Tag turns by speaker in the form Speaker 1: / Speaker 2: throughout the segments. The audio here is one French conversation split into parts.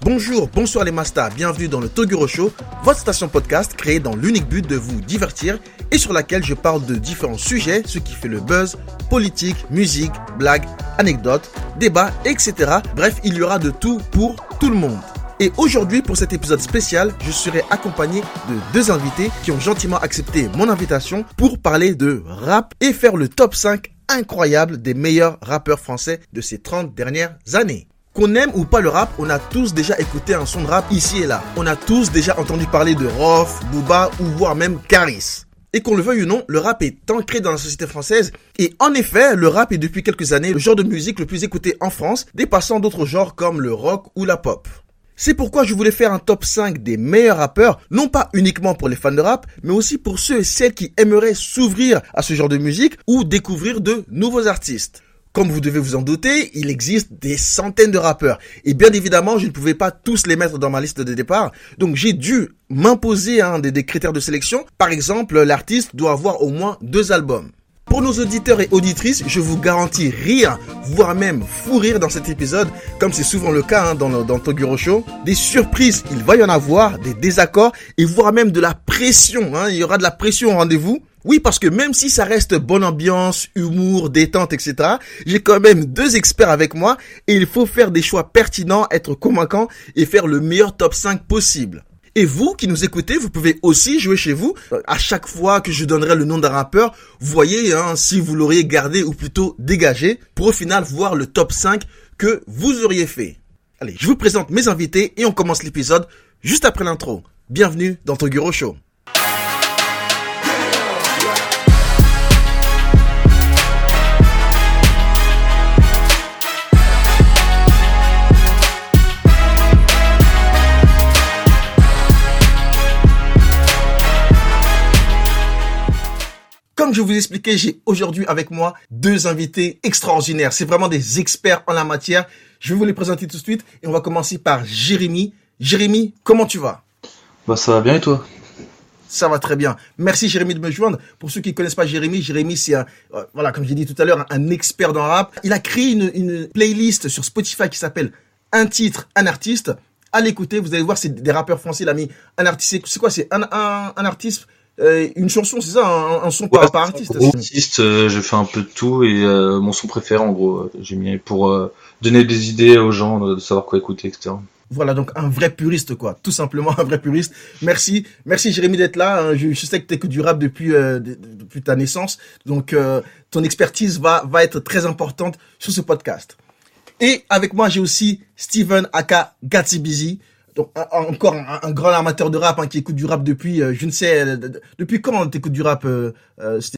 Speaker 1: Bonjour, bonsoir les masters, bienvenue dans le Toguro Show, votre station podcast créée dans l'unique but de vous divertir et sur laquelle je parle de différents sujets, ce qui fait le buzz, politique, musique, blagues, anecdotes, débats, etc. Bref, il y aura de tout pour tout le monde. Et aujourd'hui, pour cet épisode spécial, je serai accompagné de deux invités qui ont gentiment accepté mon invitation pour parler de rap et faire le top 5 incroyable des meilleurs rappeurs français de ces 30 dernières années. Qu'on aime ou pas le rap, on a tous déjà écouté un son de rap ici et là. On a tous déjà entendu parler de Rof, Booba ou voire même Caris. Et qu'on le veuille ou non, le rap est ancré dans la société française. Et en effet, le rap est depuis quelques années le genre de musique le plus écouté en France, dépassant d'autres genres comme le rock ou la pop. C'est pourquoi je voulais faire un top 5 des meilleurs rappeurs, non pas uniquement pour les fans de rap, mais aussi pour ceux et celles qui aimeraient s'ouvrir à ce genre de musique ou découvrir de nouveaux artistes. Comme vous devez vous en douter, il existe des centaines de rappeurs. Et bien évidemment, je ne pouvais pas tous les mettre dans ma liste de départ. Donc j'ai dû m'imposer hein, des, des critères de sélection. Par exemple, l'artiste doit avoir au moins deux albums. Pour nos auditeurs et auditrices, je vous garantis rire, voire même fou rire dans cet épisode, comme c'est souvent le cas hein, dans, le, dans Toguro Show. Des surprises, il va y en avoir, des désaccords, et voire même de la pression. hein, il y aura de la pression au rendez-vous. Oui, parce que même si ça reste bonne ambiance, humour, détente, etc., j'ai quand même deux experts avec moi, et il faut faire des choix pertinents, être convaincant, et faire le meilleur top 5 possible. Et vous qui nous écoutez, vous pouvez aussi jouer chez vous. Euh, À chaque fois que je donnerai le nom d'un rappeur, voyez hein, si vous l'auriez gardé ou plutôt dégagé pour au final voir le top 5 que vous auriez fait. Allez, je vous présente mes invités et on commence l'épisode juste après l'intro. Bienvenue dans Toguro Show. Comme je vous expliquais, j'ai aujourd'hui avec moi deux invités extraordinaires. C'est vraiment des experts en la matière. Je vais vous les présenter tout de suite et on va commencer par Jérémy. Jérémy, comment tu vas
Speaker 2: Bah ça va bien et toi
Speaker 1: Ça va très bien. Merci Jérémy de me joindre. Pour ceux qui ne connaissent pas Jérémy, Jérémy c'est un, euh, voilà, comme j'ai dit tout à l'heure, un, un expert dans le rap. Il a créé une, une playlist sur Spotify qui s'appelle Un titre, un artiste. À l'écouter, vous allez voir, c'est des rappeurs français. Il a mis un artiste. c'est- C'est quoi C'est un, un, un artiste, euh, une chanson, c'est ça un, un son par, par artiste.
Speaker 2: Gros artiste, euh, j'ai fait un peu de tout et euh, mon son préféré en gros, euh, j'ai mis pour euh, donner des idées aux gens, euh, de de savoir quoi écouter, etc.
Speaker 1: Voilà, donc un vrai puriste, quoi. Tout simplement un vrai puriste. Merci, merci Jérémy d'être là. hein. Je, je sais que t'es que du rap depuis, euh, de- de- depuis ta naissance. Donc, euh, ton expertise va, va être très importante sur ce podcast. Et avec moi, j'ai aussi Steven Aka Gatsibizi. Donc, un- un- encore un, un grand amateur de rap hein, qui écoute du rap depuis, euh, je ne sais, euh, de- de- depuis quand t'écoutes du rap, euh, euh, Steve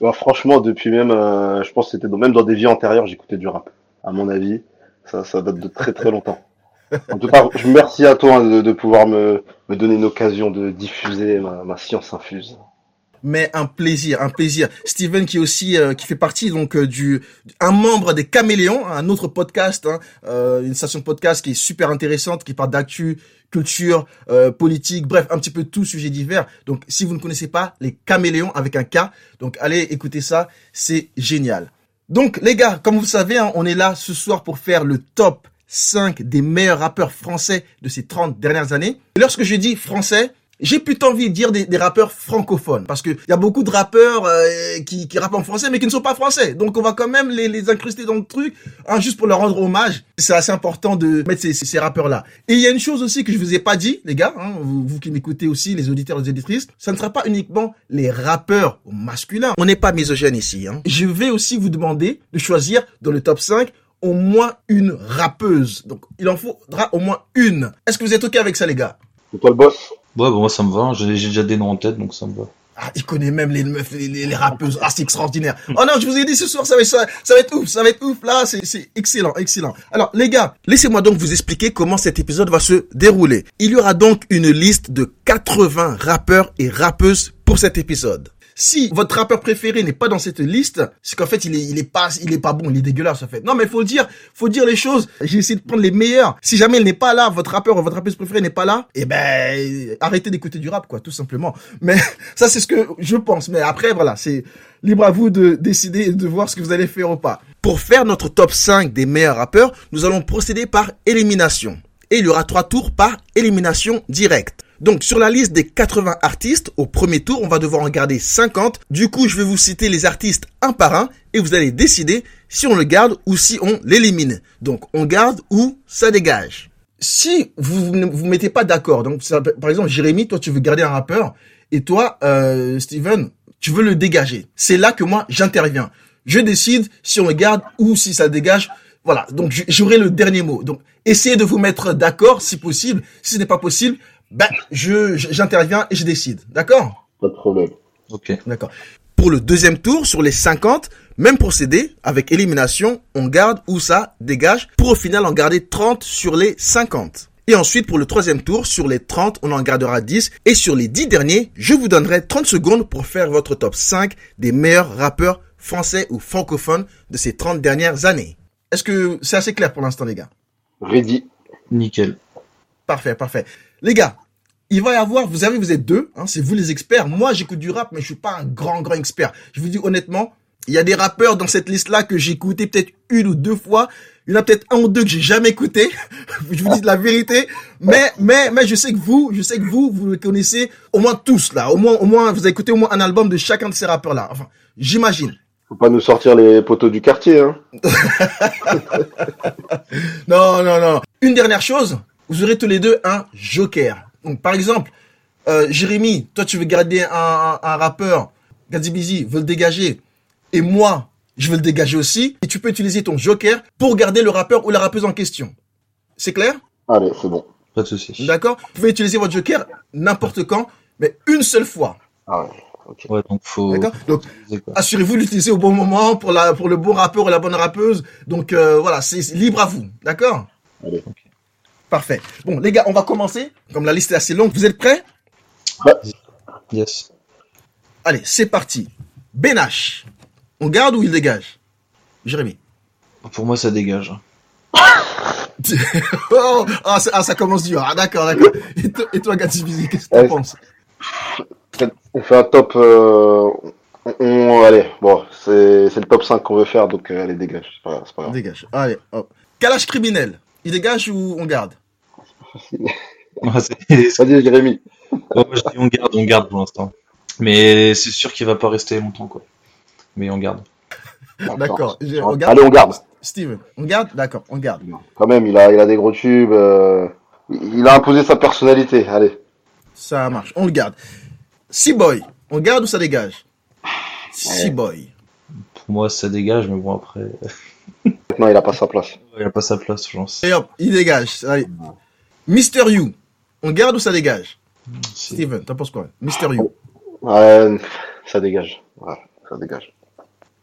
Speaker 3: Bah, franchement, depuis même, euh, je pense que c'était dans- même dans des vies antérieures, j'écoutais du rap. À mon avis, ça, ça date de très très longtemps. En tout cas, je merci à toi hein, de, de pouvoir me, me donner une occasion de diffuser ma, ma science infuse.
Speaker 1: mais un plaisir, un plaisir. Steven qui est aussi euh, qui fait partie donc euh, du un membre des Caméléons, un autre podcast, hein, euh, une station de podcast qui est super intéressante, qui parle d'actu, culture, euh, politique, bref, un petit peu tout sujet divers. Donc si vous ne connaissez pas les Caméléons avec un K, donc allez écouter ça, c'est génial. Donc les gars, comme vous le savez, hein, on est là ce soir pour faire le top 5 des meilleurs rappeurs français de ces 30 dernières années. Et lorsque je dis français, j'ai plutôt envie de dire des, des rappeurs francophones, parce qu'il y a beaucoup de rappeurs euh, qui, qui rappent en français, mais qui ne sont pas français. Donc on va quand même les, les incruster dans le truc, hein, juste pour leur rendre hommage. C'est assez important de mettre ces, ces- ces rappeurs-là. Et il y a une chose aussi que je vous ai pas dit, les gars, hein, vous, vous qui m'écoutez aussi, les auditeurs et les auditrices, ça ne sera pas uniquement les rappeurs masculins. On n'est pas misogyne ici. Hein. Je vais aussi vous demander de choisir dans le top 5 au moins une rappeuse. Donc il en faudra au moins une. Est-ce que vous êtes OK avec ça, les gars
Speaker 3: C'est toi le boss
Speaker 2: Ouais, bah moi ça me va, j'ai j'ai déjà des noms en tête donc ça me va.
Speaker 1: Ah, il connaît même les meufs, les, les, les rappeuses. Ah, c'est extraordinaire. Oh non, je vous ai dit ce soir, ça va, être- ça, ça va être ouf, ça va être ouf. Là, c'est c'est excellent, excellent. Alors, les gars, laissez-moi donc vous expliquer comment cet épisode va se dérouler. Il y aura donc une liste de 80 rappeurs et rappeuses pour cet épisode. Si votre rappeur préféré n'est pas dans cette liste, c'est qu'en fait il est, il est pas, il est pas bon, il est dégueulasse en fait. Non mais faut le dire, faut dire les choses. J'ai essayé de prendre les meilleurs. Si jamais il n'est pas là, votre rappeur ou votre rappeuse préférée n'est pas là, eh ben arrêtez d'écouter du rap quoi, tout simplement. Mais ça c'est ce que je pense. Mais après voilà, c'est libre à vous de décider et de voir ce que vous allez faire ou pas. Pour faire notre top 5 des meilleurs rappeurs, nous allons procéder par élimination. et il y aura trois tours par élimination directe. Donc sur la liste des 80 artistes, au premier tour, on va devoir en garder 50. Du coup, je vais vous citer les artistes un par un et vous allez décider si on le garde ou si on l'élimine. Donc on garde ou ça dégage. Si vous ne vous mettez pas d'accord, donc ça peut- par exemple Jérémy, toi tu veux garder un rappeur et toi euh, Steven, tu veux le dégager. C'est là que moi j'interviens. Je décide si on le garde ou si ça dégage. Voilà, donc j- j'aurai le dernier mot. Donc essayez de vous mettre d'accord si possible. Si ce n'est pas possible, ben, je je- j'interviens et je décide. D'accord
Speaker 3: Pas de problème.
Speaker 2: Ok.
Speaker 1: D'accord. Pour le deuxième tour, sur les 50, même procédé, avec élimination, on garde ou ça dégage, pour au final en garder 30 sur les 50. Et ensuite, pour le troisième tour, sur les 30, on en gardera 10. Et sur les 10 derniers, je vous donnerai 30 secondes pour faire votre top 5 des meilleurs rappeurs français ou francophones de ces 30 dernières années. Est-ce que c'est assez clair pour l'instant, les gars
Speaker 3: Ready.
Speaker 2: Nickel.
Speaker 1: Parfait, parfait. Les gars, il va y avoir, vous savez, vous êtes deux, hein, c'est vous les experts. Moi, j'écoute du rap, mais je suis pas un grand, grand expert. Je vous dis honnêtement, il y a des rappeurs dans cette liste-là que j'ai écouté peut-être une ou deux fois. Il y en a peut-être un ou deux que j'ai jamais écouté. je vous dis de la vérité. Mais, mais, mais je sais que vous, je sais que vous, vous le connaissez au moins tous, là. Au moins, au moins, vous avez écouté au moins un album de chacun de ces rappeurs-là. Enfin, j'imagine.
Speaker 3: Faut pas nous sortir les poteaux du quartier, hein.
Speaker 1: Non, non, non. Une dernière chose, vous aurez tous les deux un joker. Donc, par exemple, euh, Jérémy, toi, tu veux garder un, un, un rappeur. Gazibizi veut le dégager. Et moi, je veux le dégager aussi. Et tu peux utiliser ton joker pour garder le rappeur ou la rappeuse en question. C'est clair
Speaker 3: Allez, c'est bon.
Speaker 2: Pas de soucis.
Speaker 1: D'accord Vous pouvez utiliser votre joker n'importe quand, mais une seule fois.
Speaker 3: Ah ouais. Ok.
Speaker 2: Ouais, donc faut.
Speaker 1: D'accord Donc,
Speaker 2: C'est quoi
Speaker 1: assurez-vous de l'utiliser au bon moment pour, la, pour le bon rappeur ou la bonne rappeuse. Donc, euh, voilà, c'est c'est libre à vous. D'accord
Speaker 3: Allez.
Speaker 2: Ok.
Speaker 1: Parfait. Bon, les gars, on va commencer. Comme la liste est assez longue, vous êtes prêts
Speaker 2: Yes.
Speaker 1: Allez, c'est parti. Benache. On garde ou il dégage Jérémy.
Speaker 2: Pour moi, ça dégage. hein.
Speaker 1: Oh, ah, ça, ah, ça commence dur. Ah, d'accord, d'accord. Et toi, et toi Gatsby, qu'est-ce que tu
Speaker 3: Ouais.
Speaker 1: penses
Speaker 3: On fait un top. euh, on- on- allez, bon, c'est c'est le top 5 qu'on veut faire, donc euh, allez, dégage. C'est pas grave, c'est pas grave.
Speaker 1: Dégage. Allez, hop. Calage criminel. Il dégage ou on garde
Speaker 2: Ouais, c'est-
Speaker 3: Vas-y, Jérémy.
Speaker 2: Ouais, moi, je dis on garde, on garde pour l'instant. Mais c'est sûr qu'il va pas rester longtemps, quoi. Mais on garde.
Speaker 1: D'accord. Je- on garde
Speaker 3: Allez, on garde.
Speaker 1: Steven, on garde D'accord, on garde.
Speaker 3: Quand même, il a, il a des gros tubes. euh, il il a imposé sa personnalité. Allez.
Speaker 1: Ça marche. On le garde. Seaboy. On garde ou ça dégage Seaboy.
Speaker 2: Pour moi, ça dégage, mais bon, après, euh,
Speaker 3: Maintenant, il a pas sa place.
Speaker 2: il a pas sa place, je pense.
Speaker 1: Et hop, il dégage. Allez. Mister You. On garde ou ça dégage
Speaker 2: C'est-
Speaker 1: Steven, t'en penses quoi Mister You.
Speaker 3: Ouais, ça dégage. Ouais, ça dégage.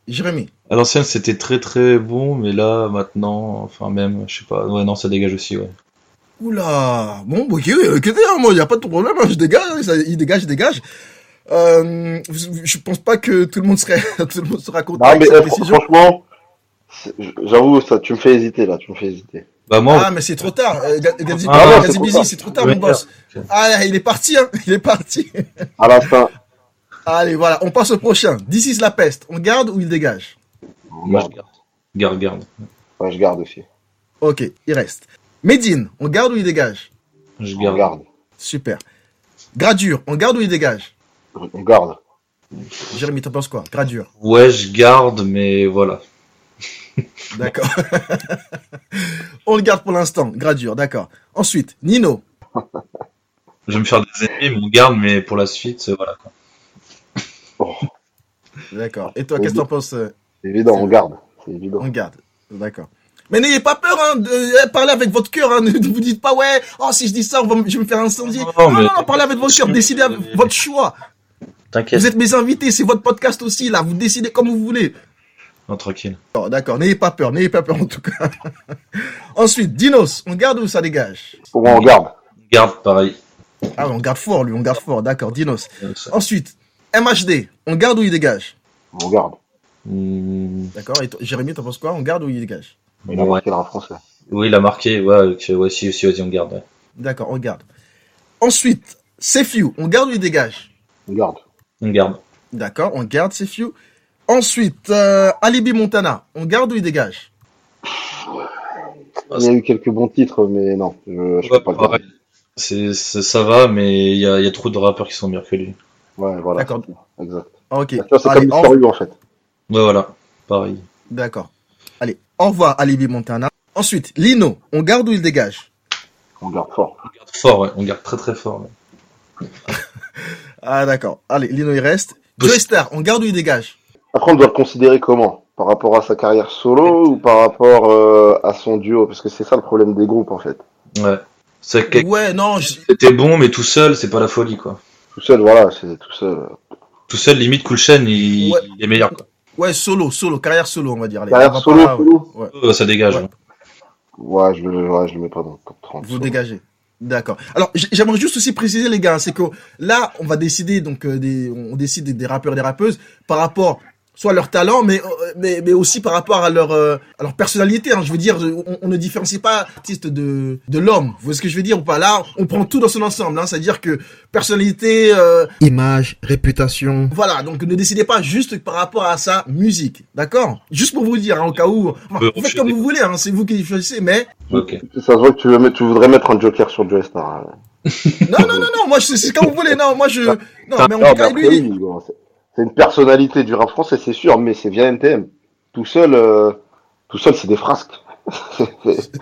Speaker 1: Jérémy.
Speaker 2: À l'ancienne, c'était très très bon, mais là, maintenant, enfin, même, je sais pas. Ouais, non, ça dégage aussi, ouais.
Speaker 1: Oula, bon, ok, ok, hein, moi, il n'y a pas de problème, hein, je dégage, hein, ça- il dégage, il dégage. Euh, je je pense pas que tout le monde serait, tout le monde sera content Bah,
Speaker 3: Non,
Speaker 1: avec
Speaker 3: mais
Speaker 1: cette
Speaker 3: eh, fr-
Speaker 1: décision.
Speaker 3: franchement, c'est- j'avoue, ça, tu me fais hésiter là. Tu me fais hésiter.
Speaker 2: Bah, moi,
Speaker 1: Ah, mais c'est trop tard, euh, Ga- Gazi-
Speaker 2: Ah,
Speaker 3: non, c'est
Speaker 1: Gazibizi,
Speaker 3: trop tard. euh,
Speaker 1: c'est trop tard,
Speaker 2: Ouais,
Speaker 1: mon boss.
Speaker 2: ok.
Speaker 1: Ah, il est parti, hein, il est parti.
Speaker 3: À la fin.
Speaker 1: Allez, voilà, on passe au prochain. This is la peste. On garde ou il dégage?
Speaker 3: on
Speaker 2: moi, je
Speaker 3: garde.
Speaker 2: garde. Garde, garde.
Speaker 3: Ouais, je garde aussi.
Speaker 1: Ok, il reste. Medine, on garde ou il dégage?
Speaker 2: Je
Speaker 3: On
Speaker 2: garde.
Speaker 3: garde.
Speaker 1: Super. Gradure, on garde ou il dégage?
Speaker 3: On garde.
Speaker 1: Jérémy, t'en penses quoi? Gradure.
Speaker 2: Ouais, je garde, mais voilà.
Speaker 1: D'accord. on le garde pour l'instant. Gradure, d'accord. Ensuite, Nino.
Speaker 2: Je vais me faire des ennemis, mais on garde, mais pour la suite, euh, voilà. quoi.
Speaker 3: Oh,
Speaker 1: D'accord. Et toi,
Speaker 3: On
Speaker 1: qu'est-ce que
Speaker 3: dit-
Speaker 1: t'en penses euh,
Speaker 3: c'est évident,
Speaker 1: C'est
Speaker 3: on
Speaker 1: vrai.
Speaker 3: garde. C'est évident.
Speaker 1: On garde. D'accord. Mais n'ayez pas peur, hein, de eh, parler avec votre cœur. Hein, ne vous dites pas, ouais, oh, si je dis ça, on va me- je vais me faire incendier.
Speaker 2: Non,
Speaker 1: Non, non,
Speaker 2: mais-
Speaker 1: non, parlez avec votre cœur. Décidez avec votre choix.
Speaker 2: T'inquiète.
Speaker 1: Vous êtes mes invités, c'est votre podcast aussi, là. Vous décidez comme vous voulez.
Speaker 2: Non, tranquille.
Speaker 1: D'accord, d'accord. N'ayez pas peur, n'ayez pas peur en tout cas. Ensuite, Dinos, on garde ou ça dégage
Speaker 3: Pour moi, on garde.
Speaker 2: Garde, pareil.
Speaker 1: Ah, on garde fort, lui, on garde fort. D'accord, Dinos.
Speaker 2: Euh, ça.
Speaker 1: Ensuite, MHD, on garde ou il dégage
Speaker 3: On garde.
Speaker 2: Hmm,
Speaker 1: D'accord. Et toi, Jérémy, t'en penses quoi On garde ou il dégage
Speaker 3: Il a
Speaker 2: ouais.
Speaker 3: marqué le rap français.
Speaker 2: Oui, il a marqué. Ouais, ok, ouais si, si, vas-y, on garde. ouais.
Speaker 1: D'accord, on garde. Ensuite, Sefiu, on garde ou il dégage
Speaker 3: On garde.
Speaker 2: On garde.
Speaker 1: D'accord, on garde Sefiu. Ensuite, euh, Alibi Montana, on garde ou il dégage
Speaker 3: Il y a eu quelques bons titres, mais non, je, je peux pas le
Speaker 2: Ah, Pareil.
Speaker 3: parler.
Speaker 2: C'est- c'est- ça va, mais il y a, il y a trop de rappeurs qui sont meilleurs que lui.
Speaker 3: Ouais, voilà.
Speaker 1: D'accord.
Speaker 3: Exact.
Speaker 1: Ah, Ok.
Speaker 3: Tu vois, c'est comme
Speaker 1: Allez, au-
Speaker 3: Mister U, en fait.
Speaker 2: Ouais, voilà, pareil.
Speaker 1: D'accord. Allez, au revoir, Alibi Montana. Ensuite, Lino, on garde ou il dégage
Speaker 3: On garde fort.
Speaker 2: On garde fort, ouais, on garde très très fort. ouais.
Speaker 1: Ah, d'accord. Allez, Lino, il reste.
Speaker 2: Bus-
Speaker 1: Joey Star, on garde ou il dégage
Speaker 3: Après, on doit le considérer comment Par rapport à sa carrière solo ou par rapport euh, à son duo Parce que c'est ça le problème des groupes, en fait.
Speaker 2: Ouais. C'est que-
Speaker 1: Ouais, non, je-
Speaker 2: C'était bon, mais tout seul, c'est pas la folie, quoi.
Speaker 3: Tout seul, voilà, c'est tout seul.
Speaker 2: Tout seul, limite, Cool Chain, il,
Speaker 1: Ouais.
Speaker 2: il est meilleur, quoi.
Speaker 1: ouais, solo, solo, carrière solo, on va dire. Allez,
Speaker 3: Carrière
Speaker 1: on va
Speaker 3: solo,
Speaker 1: pas- ouais.
Speaker 3: solo.
Speaker 1: Ouais,
Speaker 2: Euh, Ça dégage.
Speaker 1: Ouais.
Speaker 2: hein.
Speaker 3: Ouais, je le, ouais, je le mets pas dans le top 30.
Speaker 1: vous
Speaker 3: solo.
Speaker 1: dégagez. D'accord. Alors, j- j'aimerais juste aussi préciser, les gars, c'est que là, on va décider, donc, euh, des, on décide des- des rappeurs et des rappeuses par rapport soit à leur talent, mais, euh, mais, mais aussi par rapport à leur, euh, à leur personnalité. hein. Je veux dire, je- on, on ne différencie pas l'artiste de, de l'homme. Vous voyez ce que je veux dire ou pas Là, on prend tout dans son ensemble. hein. C'est-à-dire que personnalité, euh,
Speaker 4: Image, réputation.
Speaker 1: Voilà, donc ne décidez pas juste par rapport à sa musique, d'accord Juste pour vous dire, hein, au cas où, enfin,
Speaker 2: peut
Speaker 1: faites comme
Speaker 2: refuser.
Speaker 1: vous voulez, hein, c'est vous qui choisissez, mais
Speaker 2: Ok.
Speaker 3: Ça se voit que tu, veux mettre- tu voudrais mettre un joker sur Joe Star. hein.
Speaker 1: non, non, non, non, moi je- c'est comme vous voulez, non, moi je, non, Ah, mais en
Speaker 3: Non,
Speaker 1: tout
Speaker 3: mais
Speaker 1: cas
Speaker 3: après,
Speaker 1: lui,
Speaker 3: Ah, bah, oui, bon, c'est- c'est une personnalité du rap français, c'est sûr, mais c'est via NTM. Tout seul, euh, tout seul, c'est des frasques.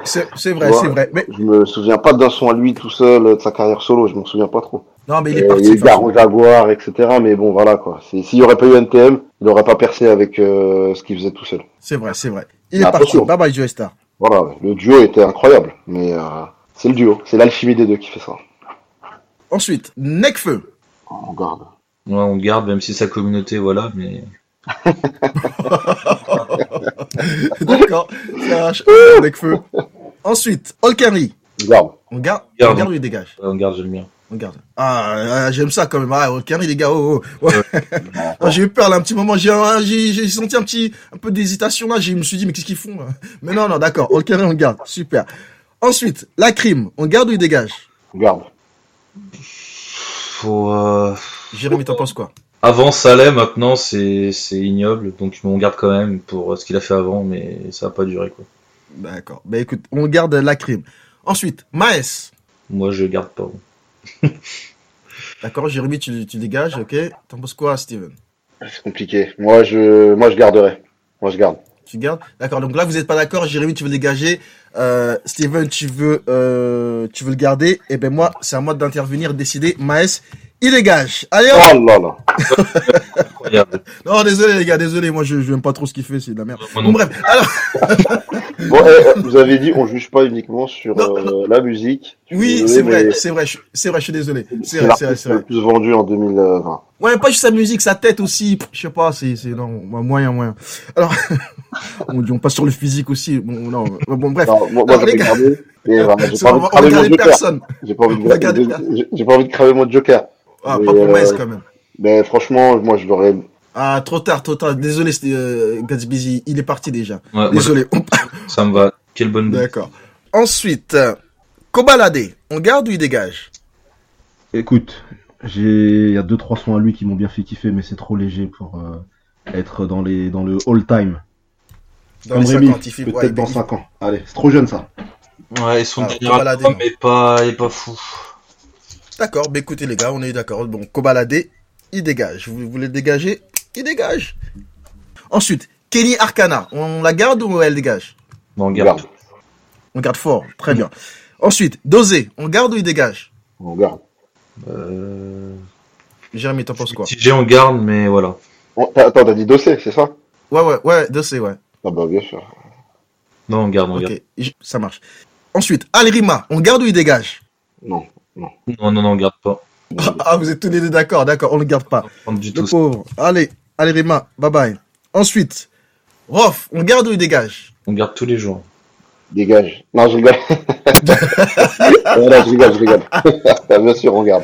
Speaker 1: c'est c'est vrai,
Speaker 3: Voilà.
Speaker 1: c'est vrai, mais
Speaker 3: je me souviens pas d'un son à lui tout seul euh, de sa carrière solo, je m'en souviens pas trop.
Speaker 1: non, mais il
Speaker 3: Euh, Il
Speaker 1: est
Speaker 3: y a
Speaker 1: parti.
Speaker 3: eu Garo
Speaker 1: enfin,
Speaker 3: Jaguar, etc. Mais bon, voilà quoi. C'est- S'il y aurait pas eu NTM, il aurait pas percé avec euh, ce qu'il faisait tout seul.
Speaker 1: C'est vrai, c'est vrai, il est
Speaker 3: Ah,
Speaker 1: parti.
Speaker 3: attention.
Speaker 1: Bye bye Joe Star.
Speaker 3: Voilà, ouais. le duo était incroyable, mais euh, c'est le duo, c'est l'alchimie des deux qui fait ça.
Speaker 1: Ensuite, Necfeu.
Speaker 3: On garde.
Speaker 2: Ouais, on garde, même si sa communauté, voilà, mais.
Speaker 1: d'accord, ça marche.
Speaker 3: Euh.
Speaker 1: Necfeu. Ensuite, Olkenry.
Speaker 3: On garde.
Speaker 1: On garde, on
Speaker 2: Garde.
Speaker 1: garde ou il dégage
Speaker 2: Ouais, on garde, j'aime bien.
Speaker 1: On garde. Ah, ah, j'aime ça quand même. Ah, Olkenry, les gars, oh, oh. Ouais. Ah, j'ai eu peur là un petit moment, j'ai un- j'ai j'ai senti un petit un peu d'hésitation là, je me suis dit mais qu'est-ce qu'ils font là Mais non non, d'accord, ok on garde, super. Ensuite, la crime, on garde ou il dégage
Speaker 3: On garde.
Speaker 2: Faut, euh,
Speaker 1: Jérémy, t'en penses quoi
Speaker 2: Avant, ça allait, maintenant, c'est c'est ignoble, donc on garde quand même pour euh, ce qu'il a fait avant, mais ça a pas duré, quoi.
Speaker 1: D'accord. Bah écoute, on garde la crime. Ensuite, Maes.
Speaker 2: Moi, je garde pas.
Speaker 1: D'accord, Jérémy, tu, tu dégages, ok T'en penses quoi, Steven
Speaker 3: C'est compliqué. Moi, je, moi, je garderai. Moi, je garde.
Speaker 1: Tu gardes D'accord. Donc là, vous n'êtes pas d'accord. Jérémy, tu veux le dégager. Euh, Steven, tu veux, euh, tu veux le garder. Et ben moi, c'est à moi d'intervenir, décider. Maes, il dégage. Allez, hop
Speaker 3: Oh là là.
Speaker 2: Incroyable.
Speaker 1: Non, désolé les gars, désolé. Moi, je, je aime pas trop ce qu'il fait. C'est de la merde.
Speaker 2: Moi
Speaker 1: Bon,
Speaker 2: non
Speaker 1: bref. Alors,
Speaker 3: Bon, eh, eh, vous avez dit, on juge pas uniquement sur
Speaker 1: Non,
Speaker 3: euh, la musique. Je suis
Speaker 1: oui,
Speaker 3: désolé,
Speaker 1: c'est
Speaker 3: mais
Speaker 1: vrai, c'est vrai, je- c'est vrai. Je suis désolé. C'est
Speaker 3: C'est
Speaker 1: vrai, c'est vrai,
Speaker 3: l'artiste
Speaker 1: c'est
Speaker 3: le
Speaker 1: vrai.
Speaker 3: plus vendu en 2020.
Speaker 1: Ouais, pas juste sa musique, sa tête aussi. Pff, Je sais pas. C'est, c'est non, moi, moyen, moyen. Alors, on, dit- on passe sur le physique aussi. Bon, non. Bon, bref.
Speaker 3: Non, moi, moi
Speaker 1: Alors,
Speaker 3: j'avais
Speaker 1: les gars,
Speaker 3: gardé. Et voilà, j'ai
Speaker 1: c'est
Speaker 3: pas envie
Speaker 1: vraiment-
Speaker 3: de
Speaker 1: on va
Speaker 3: cramer mon
Speaker 1: regarder
Speaker 3: Joker.
Speaker 1: personne.
Speaker 3: J'ai pas envie de
Speaker 1: On va garder
Speaker 3: de- j'ai- j'ai pas envie de cramer mon Joker.
Speaker 1: Ah,
Speaker 3: Mais,
Speaker 1: pas pour Maes
Speaker 3: euh,
Speaker 1: quand même.
Speaker 3: Mais franchement, moi, je l'aurais.
Speaker 1: Ah, trop tard, trop tard. Désolé, c'était, euh, Gatsby, il est parti déjà.
Speaker 5: Ah, bah,
Speaker 2: Ouais, moi,
Speaker 1: Désolé. On-
Speaker 2: ça me va. Quelle bonne
Speaker 1: D'accord. Ensuite, euh, Kobalade. On garde ou il dégage
Speaker 5: Écoute, j'ai il y a deux trois sons à lui qui m'ont bien fait kiffer, mais c'est trop léger pour euh, être dans les dans le all time.
Speaker 1: Dans
Speaker 5: Comme
Speaker 1: les
Speaker 5: Rémi,
Speaker 1: 50, il fait-
Speaker 5: peut-être
Speaker 1: ouais, il-
Speaker 5: dans
Speaker 1: il-
Speaker 5: 5 ans. Allez, c'est trop jeune ça.
Speaker 2: Ouais, ils sont
Speaker 1: Ah,
Speaker 2: dernier
Speaker 1: Kobalade,
Speaker 2: album
Speaker 1: non.
Speaker 2: mais pas, il est pas fou.
Speaker 1: D'accord, bah écoutez les gars, on est d'accord. Bon, Kobalade, il dégage. Vous voulez le dégager Il dégage. Ensuite, Kenny Arcana, on la garde ou elle dégage
Speaker 2: Non, on
Speaker 3: On
Speaker 2: garde.
Speaker 3: garde.
Speaker 1: On garde fort, très bien.
Speaker 5: Mm.
Speaker 1: Ensuite, Dosé, on garde ou il dégage
Speaker 3: On garde.
Speaker 2: Euh...
Speaker 1: Jérémy, t'en penses quoi
Speaker 2: TJ, on garde, mais voilà.
Speaker 3: On- t'as- Attends, t'as dit Dossé, c'est ça
Speaker 1: Ouais, ouais, ouais, Dosé, ouais.
Speaker 3: Ah bah bien sûr.
Speaker 2: Non, on garde, on
Speaker 1: Ok, j- ça marche. Ensuite, Alrima, on garde ou il dégage
Speaker 3: Non.
Speaker 2: garde. Non, non, non, on garde pas.
Speaker 1: Ah, vous êtes tous les deux d'accord, d'accord, on le garde pas.
Speaker 2: On garde du
Speaker 1: Le
Speaker 2: tout.
Speaker 1: pauvre. Allez, Alrima, bye bye. Ensuite, Rof, on garde ou il dégage
Speaker 2: On garde tous les jours.
Speaker 3: Dégage. Non, je rigole. voilà, je rigole, je rigole. bien sûr, on garde.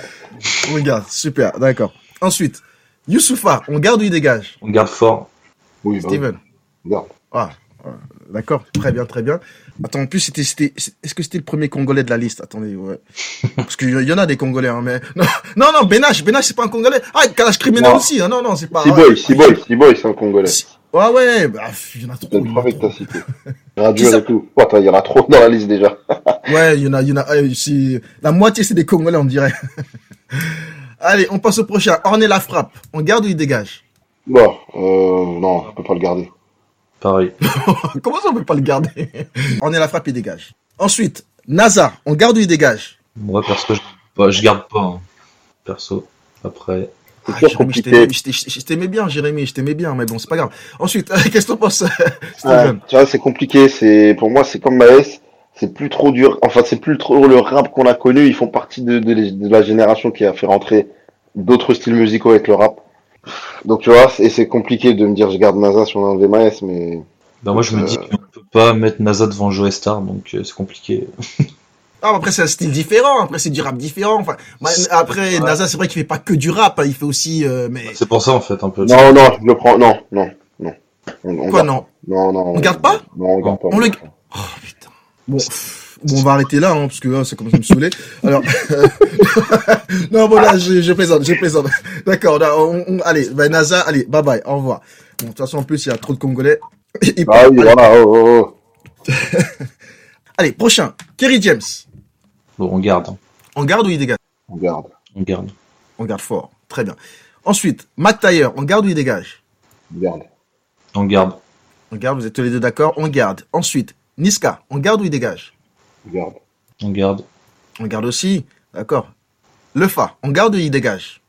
Speaker 1: On le garde, super, d'accord. Ensuite, Youssoufa, on garde ou il dégage
Speaker 2: On garde fort.
Speaker 3: Oui, bah oui,
Speaker 1: Steven.
Speaker 3: on garde.
Speaker 1: Ah, Ouais, D'accord, très bien, très bien. Attends, en plus, c'était, c'était, est-ce que c'était le premier Congolais de la liste Attendez, ouais. Parce qu'il y en a des Congolais, hein, mais. Non, non, non Benache, Benache, c'est pas un Congolais. Ah, Kalash Criminel
Speaker 3: Non.
Speaker 1: aussi, hein, non, non, c'est pas.
Speaker 3: Siboy, Siboy, Siboy, c'est un hein, Congolais.
Speaker 1: Si- Ouais, ouais, bah, pff, il y en a trop.
Speaker 3: C'est
Speaker 1: il
Speaker 3: le
Speaker 1: y en a
Speaker 3: premier que
Speaker 1: trop.
Speaker 3: t'as cité. Radio
Speaker 1: Qui ça-
Speaker 3: et tout. Oh, attends, il y en a trop dans la liste déjà.
Speaker 1: Ouais, il y en a, il y en a, euh, c'est- la moitié c'est des Congolais, on dirait. Allez, on passe au prochain. Ornez la frappe. On garde ou il dégage
Speaker 3: Bon, euh, non, on peut pas le garder.
Speaker 2: Pareil.
Speaker 1: Comment ça on peut pas le garder Ornez la frappe, il dégage. Ensuite, Nazar, on garde ou il dégage
Speaker 2: Moi, perso, je, bah, je garde pas. hein. Perso. Après.
Speaker 1: Ah,
Speaker 3: C'est toujours
Speaker 1: Jérémy, je
Speaker 3: compliqué.
Speaker 1: t'aimais- je t'ai- je t'aimais bien, Jérémy, je t'aimais bien, mais bon, c'est pas grave. Ensuite, qu'est-ce que t'en penses,
Speaker 3: Ouais,
Speaker 1: Steven
Speaker 3: tu vois, c'est compliqué. C'est pour moi, c'est comme Maes. C'est plus trop dur. Enfin, c'est plus trop le rap qu'on a connu. Ils font partie de, de, les- de la génération qui a fait rentrer d'autres styles musicaux avec le rap. Donc tu vois, c'est- et c'est compliqué de me dire je garde NASA si on enlevait Maes, mais
Speaker 2: Bah, moi, je me
Speaker 3: Euh.
Speaker 2: dis qu'on peut pas mettre NASA devant Joe Star, donc euh, c'est compliqué.
Speaker 1: Ah, après, c'est un style différent, après, c'est du rap différent. Enfin, ma- après,
Speaker 2: Ouais.
Speaker 1: Nazar, c'est vrai qu'il fait pas que du rap, hein, il fait aussi. euh, mais
Speaker 2: C'est pour ça, en fait, un peu.
Speaker 3: non, non, je le prends. Non, non, non. On, on
Speaker 1: quoi,
Speaker 3: garde-
Speaker 1: non
Speaker 3: non, non,
Speaker 1: On garde pas
Speaker 3: Non, on garde pas.
Speaker 1: On le- Oh putain. Bon, pff, bon, on va arrêter là, hein, parce que là, c'est comme ça me saouler. Alors, non, bon, là, je, je plaisante, je plaisante. D'accord, là, on, on- allez, bah, NASA, allez, bye bye, au revoir. Bon, de toute façon, en plus, il y a trop de Congolais. Ils
Speaker 3: Ah
Speaker 1: parlent.
Speaker 3: oui, voilà. Oh, oh, oh.
Speaker 1: Allez, prochain, Kerry James.
Speaker 2: Bon, on garde. hein.
Speaker 1: On garde ou il dégage
Speaker 3: On garde.
Speaker 2: On garde.
Speaker 1: On garde fort, très bien. Ensuite, Mac Taylor, on garde ou il dégage
Speaker 3: On garde.
Speaker 2: On garde.
Speaker 1: On garde, vous êtes tous les deux d'accord, on garde. Ensuite, Niska, on garde ou il dégage
Speaker 3: On garde.
Speaker 2: On garde.
Speaker 1: On garde aussi, d'accord. Lefa, on garde ou il dégage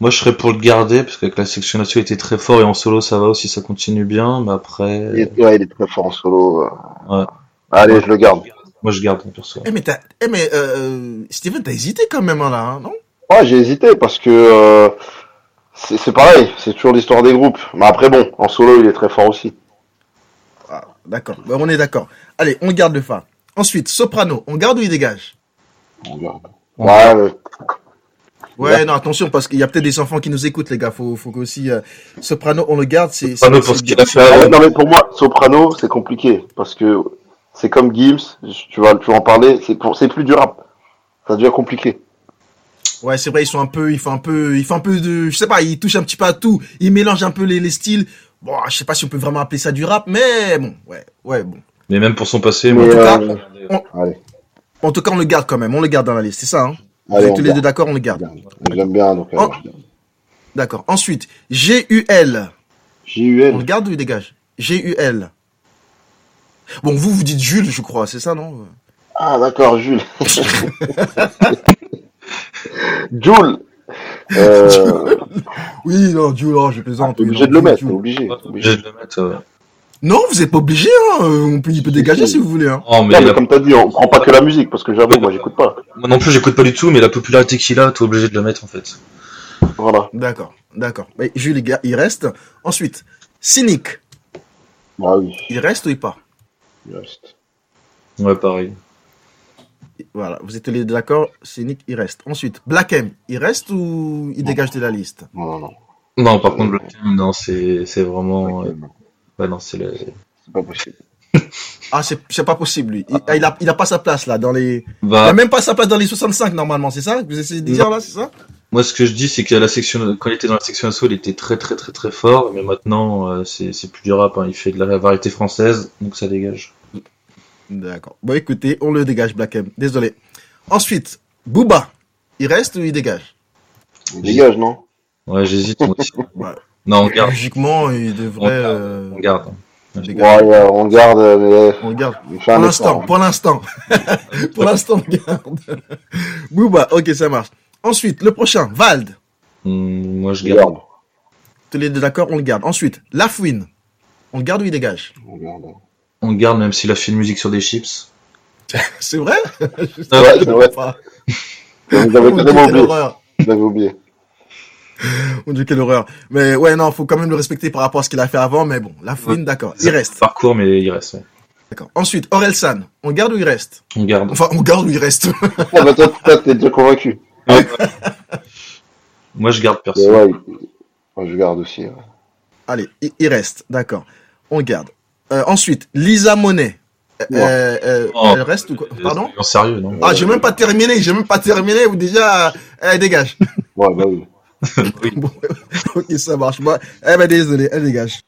Speaker 2: Moi, je serais pour le garder, parce qu'avec la section là-dessus, il était très fort, et en solo, ça va aussi, ça continue bien, mais après.
Speaker 3: Il est, ouais, il est très fort en solo. euh.
Speaker 2: Ouais.
Speaker 3: Allez, je le garde.
Speaker 2: Moi, je garde, hein, perso.
Speaker 1: Eh mais t'as, eh mais euh, Steven, t'as hésité quand même hein, là, hein, non
Speaker 3: Ouais, j'ai hésité parce que euh, c'est c'est pareil, c'est toujours l'histoire des groupes. Mais après, bon, en solo, il est très fort aussi.
Speaker 1: Ah, D'accord, Bah, on est d'accord. Allez, on garde le fa. Ensuite, Soprano, on garde ou il dégage
Speaker 3: On garde.
Speaker 2: On
Speaker 3: Ouais, euh,
Speaker 1: Ouais,
Speaker 3: Ouais.
Speaker 1: non, attention parce qu'il y a peut-être des enfants qui nous écoutent, les gars. Faut, faut que aussi euh, Soprano, on le garde. C'est
Speaker 2: Soprano,
Speaker 1: c'est-
Speaker 2: pour
Speaker 1: c'est
Speaker 2: ce qu'il
Speaker 1: bien.
Speaker 2: a fait.
Speaker 3: Ah, non, mais pour moi, soprano, c'est compliqué parce que c'est comme Gims, tu vas, tu vas en parler, c'est pour- c'est plus durable. Ça devient compliqué.
Speaker 1: Ouais, c'est vrai, ils sont un peu, ils font un peu, ils font un peu de, je sais pas, ils touchent un petit peu à tout, ils mélangent un peu les, les styles. Bon, je sais pas si on peut vraiment appeler ça du rap, mais bon, ouais, ouais, bon.
Speaker 2: Mais même pour son passé,
Speaker 3: Mais,
Speaker 2: moi,
Speaker 1: tout cas,
Speaker 3: euh, allez,
Speaker 1: En tout cas, on le garde quand même, on le garde dans la liste, c'est ça. Hein Vous
Speaker 3: allez,
Speaker 1: êtes
Speaker 3: on
Speaker 1: tous les
Speaker 3: garde.
Speaker 1: deux d'accord, on le
Speaker 3: on
Speaker 1: garde.
Speaker 3: garde. J'aime bien, donc allez,
Speaker 1: Oh.
Speaker 3: je garde.
Speaker 1: D'accord. Ensuite, GUL. On le
Speaker 3: JUL,
Speaker 1: garde ou il dégage G-U-L. Bon, vous, vous dites Jules, je crois, c'est ça, non
Speaker 3: ah d'accord, Jules. Jules, euh,
Speaker 1: Oui, non, Jules, oh, je plaisante.
Speaker 3: Ah, t'es
Speaker 1: oui,
Speaker 3: obligé
Speaker 1: non,
Speaker 3: de le
Speaker 1: Jules,
Speaker 3: mettre, hein. t'es
Speaker 1: Jules.
Speaker 3: obligé.
Speaker 2: on est
Speaker 3: t'es
Speaker 2: obligé
Speaker 3: obligé.
Speaker 2: de le mettre. euh.
Speaker 1: Non, vous n'êtes pas obligé, hein, euh, on peut, il peut
Speaker 3: Si,
Speaker 1: dégager
Speaker 3: si.
Speaker 1: si vous voulez. Hein.
Speaker 2: Non, oh, mais
Speaker 3: Non,
Speaker 2: il
Speaker 3: mais
Speaker 2: a-
Speaker 3: comme t'as dit, on prend pas que la musique parce que j'avoue, moi, j'écoute pas.
Speaker 2: moi non plus, j'écoute pas du tout, mais la popularité qu'il a, t'es obligé de le mettre en fait.
Speaker 3: Voilà.
Speaker 1: D'accord, d'accord. Mais Jules, il ga- il reste. Ensuite, Cynique,
Speaker 3: Ah oui,
Speaker 1: il reste ou il part
Speaker 3: il reste.
Speaker 2: Ouais, pareil.
Speaker 1: Voilà, vous êtes les deux d'accord, Cynique, il reste. Ensuite, Black M, il reste ou il
Speaker 3: Non.
Speaker 1: dégage de la liste
Speaker 3: Non, non, non.
Speaker 2: Non, par contre, Black M, non, c'est c'est vraiment. euh,
Speaker 3: Black M, non.
Speaker 2: Ouais, non, c'est le.
Speaker 3: C'est pas possible.
Speaker 1: Ah, c'est c'est pas possible, lui. Il, ah, il a, il a pas sa place, là, dans les... Il
Speaker 3: Ah.
Speaker 1: a
Speaker 2: Bah,
Speaker 1: même pas sa place dans les 65, normalement, c'est ça que vous essayez de dire, là, c'est ça
Speaker 2: moi, ce que je dis, c'est que la section, quand il était dans la section assaut, il était très, très, très, très fort, mais maintenant, euh, c'est c'est plus du rap, hein. il fait de la variété française, donc ça dégage.
Speaker 1: D'accord. Bon, écoutez, on le dégage, Black M. Désolé. Ensuite, Booba. Il reste ou il dégage
Speaker 3: Il dégage, non
Speaker 2: Ouais, j'hésite, moi aussi.
Speaker 1: Ouais.
Speaker 2: Non, on garde,
Speaker 1: Logiquement, il devrait.
Speaker 2: On garde.
Speaker 1: euh,
Speaker 2: on garde.
Speaker 1: dégager.
Speaker 3: Ouais, euh, on garde. euh,
Speaker 1: On le garde.
Speaker 3: mais fais
Speaker 1: Pour
Speaker 3: un effort,
Speaker 1: l'instant,
Speaker 3: hein.
Speaker 1: pour l'instant. pour l'instant, on garde. Booba, ok, ça marche. Ensuite, le prochain, Vald.
Speaker 2: Hum, moi, je
Speaker 3: On
Speaker 2: garde.
Speaker 3: garde.
Speaker 1: Tous les deux d'accord, on le garde. Ensuite, Lafouine. On le garde ou il dégage
Speaker 3: On garde.
Speaker 2: On garde, même s'il a fait une musique sur des chips.
Speaker 1: C'est vrai
Speaker 2: Ah
Speaker 3: ouais, c'est vrai.
Speaker 1: Enfin,
Speaker 3: Vous avez
Speaker 1: Mon Dieu,
Speaker 3: totalement
Speaker 1: quelle
Speaker 3: oublié.
Speaker 1: horreur.
Speaker 3: Vous avez oublié.
Speaker 1: Mon Dieu, quelle horreur. Mais ouais, non, faut quand même le respecter par rapport à ce qu'il a fait avant. Mais bon, Lafouine, d'accord. Il reste.
Speaker 2: Parcours, mais il reste. ouais.
Speaker 1: D'accord. Ensuite, Orelsan. On garde ou il reste
Speaker 2: On garde.
Speaker 1: Enfin, on garde ou il reste.
Speaker 3: Ah, bah, toi, toi, t'es déjà convaincu.
Speaker 2: Moi, je garde perso.
Speaker 3: Mais ouais, il- moi, je garde aussi. ouais.
Speaker 1: Allez, il, il reste, d'accord. On garde. Euh, ensuite, Lisa Monet. Euh,
Speaker 5: Wow.
Speaker 1: euh,
Speaker 2: Oh.
Speaker 1: elle reste ou quoi Pardon
Speaker 2: En sérieux, non
Speaker 1: Ah, j'ai même pas terminé, j'ai même pas terminé, ou déjà, euh, elle dégage.
Speaker 3: Ouais, bah oui.
Speaker 2: Oui.
Speaker 1: Bon, ok, ça marche. Bah, eh ben, désolé, elle dégage.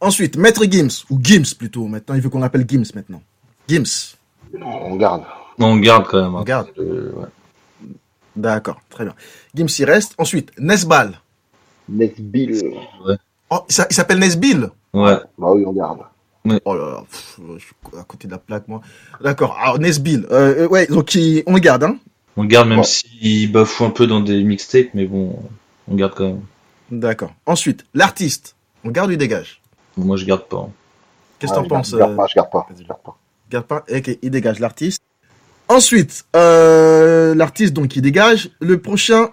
Speaker 1: Ensuite, Maître Gims, ou Gims plutôt, maintenant, il veut qu'on l'appelle Gims maintenant. Gims,
Speaker 3: On garde.
Speaker 2: Non, on garde quand même. hein.
Speaker 1: on garde.
Speaker 2: Euh, ouais.
Speaker 1: D'accord, très bien. Gims, il reste. Ensuite, Nesbal.
Speaker 3: Netbill.
Speaker 1: Oh, ça- il s'appelle Nesbill
Speaker 2: Ouais.
Speaker 3: Bah oui, on garde.
Speaker 1: Oh là là, pff, je suis à côté de la plaque, moi. D'accord, alors Nesbill. Euh, euh, ouais, donc il- on le garde, hein
Speaker 2: On garde même
Speaker 3: Ouais.
Speaker 2: s'il bafoue un peu dans des mixtapes, mais bon, on garde quand même.
Speaker 1: D'accord. Ensuite, l'artiste. On garde ou il dégage
Speaker 2: Moi, je garde pas. hein.
Speaker 1: Qu'est-ce que
Speaker 3: Ah,
Speaker 1: t'en
Speaker 3: je
Speaker 1: penses
Speaker 3: garde,
Speaker 1: euh,
Speaker 3: Je garde pas, je
Speaker 1: vas-y.
Speaker 3: garde pas.
Speaker 1: Garde pas. Ok, il dégage l'artiste. Ensuite, euh, l'artiste, donc, il dégage. Le prochain,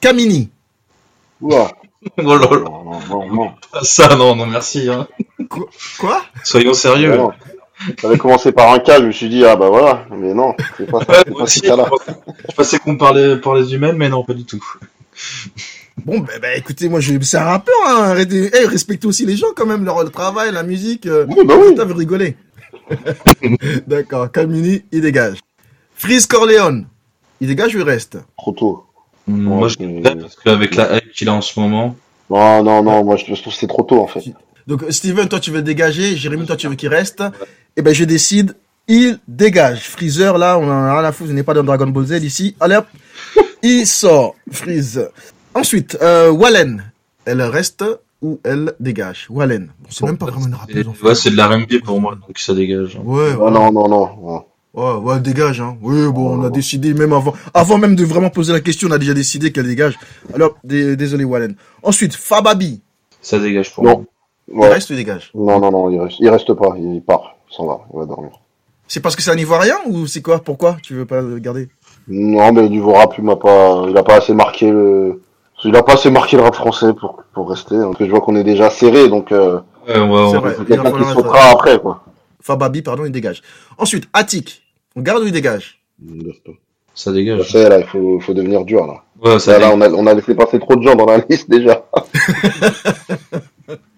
Speaker 1: Kamini.
Speaker 3: Ouah.
Speaker 2: Oh là là,
Speaker 3: Non, non, non, non.
Speaker 2: ça, non, non, merci. hein.
Speaker 1: Quoi
Speaker 2: Soyons sérieux.
Speaker 3: Non, non. J'avais commencé par un cas, je me suis dit, ah bah voilà, mais non, c'est pas ça,
Speaker 2: Ouais,
Speaker 3: c'est
Speaker 2: moi
Speaker 3: pas ce
Speaker 2: aussi,
Speaker 3: cas-là.
Speaker 2: je pensais qu'on parlait par les humains, mais non, pas du tout.
Speaker 1: Bon, bah, bah, écoutez, moi, je... c'est un rappeur. Hein. arrêtez- Eh, respectez aussi les gens, quand même, leur travail, la musique. euh,
Speaker 3: Oui, bah oui,
Speaker 1: Putain, vous rigolez. D'accord, Kamini, il dégage. Freeze Corleone. Il dégage ou il reste
Speaker 3: trop tôt.
Speaker 2: Moi, je
Speaker 3: Ouais,
Speaker 2: garde parce qu'avec la hype qu'il a en ce moment,
Speaker 3: Non, non, non, moi je je trouve que c'est trop tôt en fait.
Speaker 1: Donc euh, Steven, toi tu veux dégager, Jérémy, toi tu veux qu'il reste. Et ben je décide, il dégage. Freezer, là, on en a rien à foutre, on n'est pas dans Dragon Ball Z ici. Allez hop, il sort, Freeze. Ensuite, euh, Wallen, elle reste ou elle dégage Wallen, bon, c'est même pas vraiment une
Speaker 2: c'est
Speaker 1: rappeuse. en fait.
Speaker 2: ouais, c'est de la RMB pour moi, donc ça dégage. hein.
Speaker 1: Ouais,
Speaker 3: Non,
Speaker 1: ouais,
Speaker 3: non, non, non. non.
Speaker 1: ouais, ouais, elle dégage. Hein. Oui, bon, on a décidé même avant, avant même de vraiment poser la question, on a déjà décidé qu'elle dégage. Alors, dé- désolé Wallen. Ensuite, Fababi,
Speaker 2: Ça dégage pour
Speaker 3: Non.
Speaker 2: moi.
Speaker 1: elle
Speaker 3: Ouais.
Speaker 1: reste ou dégage
Speaker 3: Non, non, non, il reste, il reste pas, il part, il s'en va, il va dormir.
Speaker 1: C'est parce que c'est un Ivoirien ou c'est quoi Pourquoi tu veux pas le garder
Speaker 3: Non, mais du rap, il m'a pas, il a pas assez marqué le, il a pas assez marqué le rap français pour, pour rester. hein, Parce que je vois qu'on est déjà serré, donc euh,
Speaker 2: Ouais, on va-
Speaker 1: C'est
Speaker 2: on-
Speaker 1: vrai.
Speaker 3: faut
Speaker 1: Il va
Speaker 3: quelqu'un qui
Speaker 1: falloir être-
Speaker 3: sautera après quoi.
Speaker 1: Fababi, pardon, il dégage. Ensuite, Attic. On garde ou il dégage
Speaker 2: Ça
Speaker 3: Je
Speaker 2: dégage.
Speaker 3: sais, là, il faut, faut devenir dur là.
Speaker 2: Ouais,
Speaker 3: Bah, Là,
Speaker 2: ça
Speaker 3: là,
Speaker 2: dégage.
Speaker 3: on a, on a laissé passer trop de gens dans la liste déjà.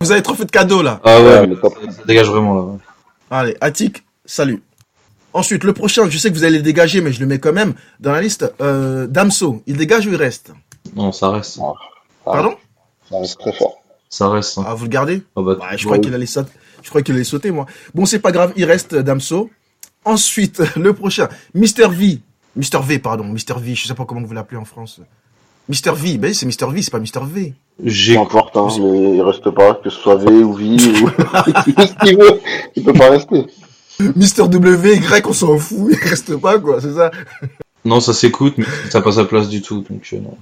Speaker 1: Vous avez trop fait de cadeaux là.
Speaker 2: Ah ouais,
Speaker 3: Ouais, mais
Speaker 2: mais ça, ça dégage vraiment là. ouais.
Speaker 1: Allez, Attic, salut. Ensuite, le prochain, je sais que vous allez le dégager, mais je le mets quand même dans la liste. Euh, Damso, il dégage ou il reste
Speaker 2: Non, ça reste.
Speaker 3: Ah,
Speaker 1: Pardon
Speaker 3: ça reste très fort.
Speaker 2: Ça reste. hein.
Speaker 1: Ah, vous le gardez
Speaker 2: Ah bah,
Speaker 1: Bah, Je crois qu'il allait sauter. Je crois qu'il allait sauter, moi. Bon, c'est pas grave, il reste euh, Damso. Ensuite, le prochain, Mr V. Mr V, pardon, Mr V. Je sais pas comment vous l'appelez en France. Mr V, ben c'est Mr V, c'est pas Mr V.
Speaker 2: J'ai
Speaker 3: Peu importe, hein, mais il reste pas, que ce soit V ou V ou ce qu'il veut, il peut pas rester.
Speaker 1: Mister W, Y, on s'en fout, il reste pas, quoi, c'est ça
Speaker 2: Non, ça s'écoute, mais ça passe à place du tout. Donc, euh, non.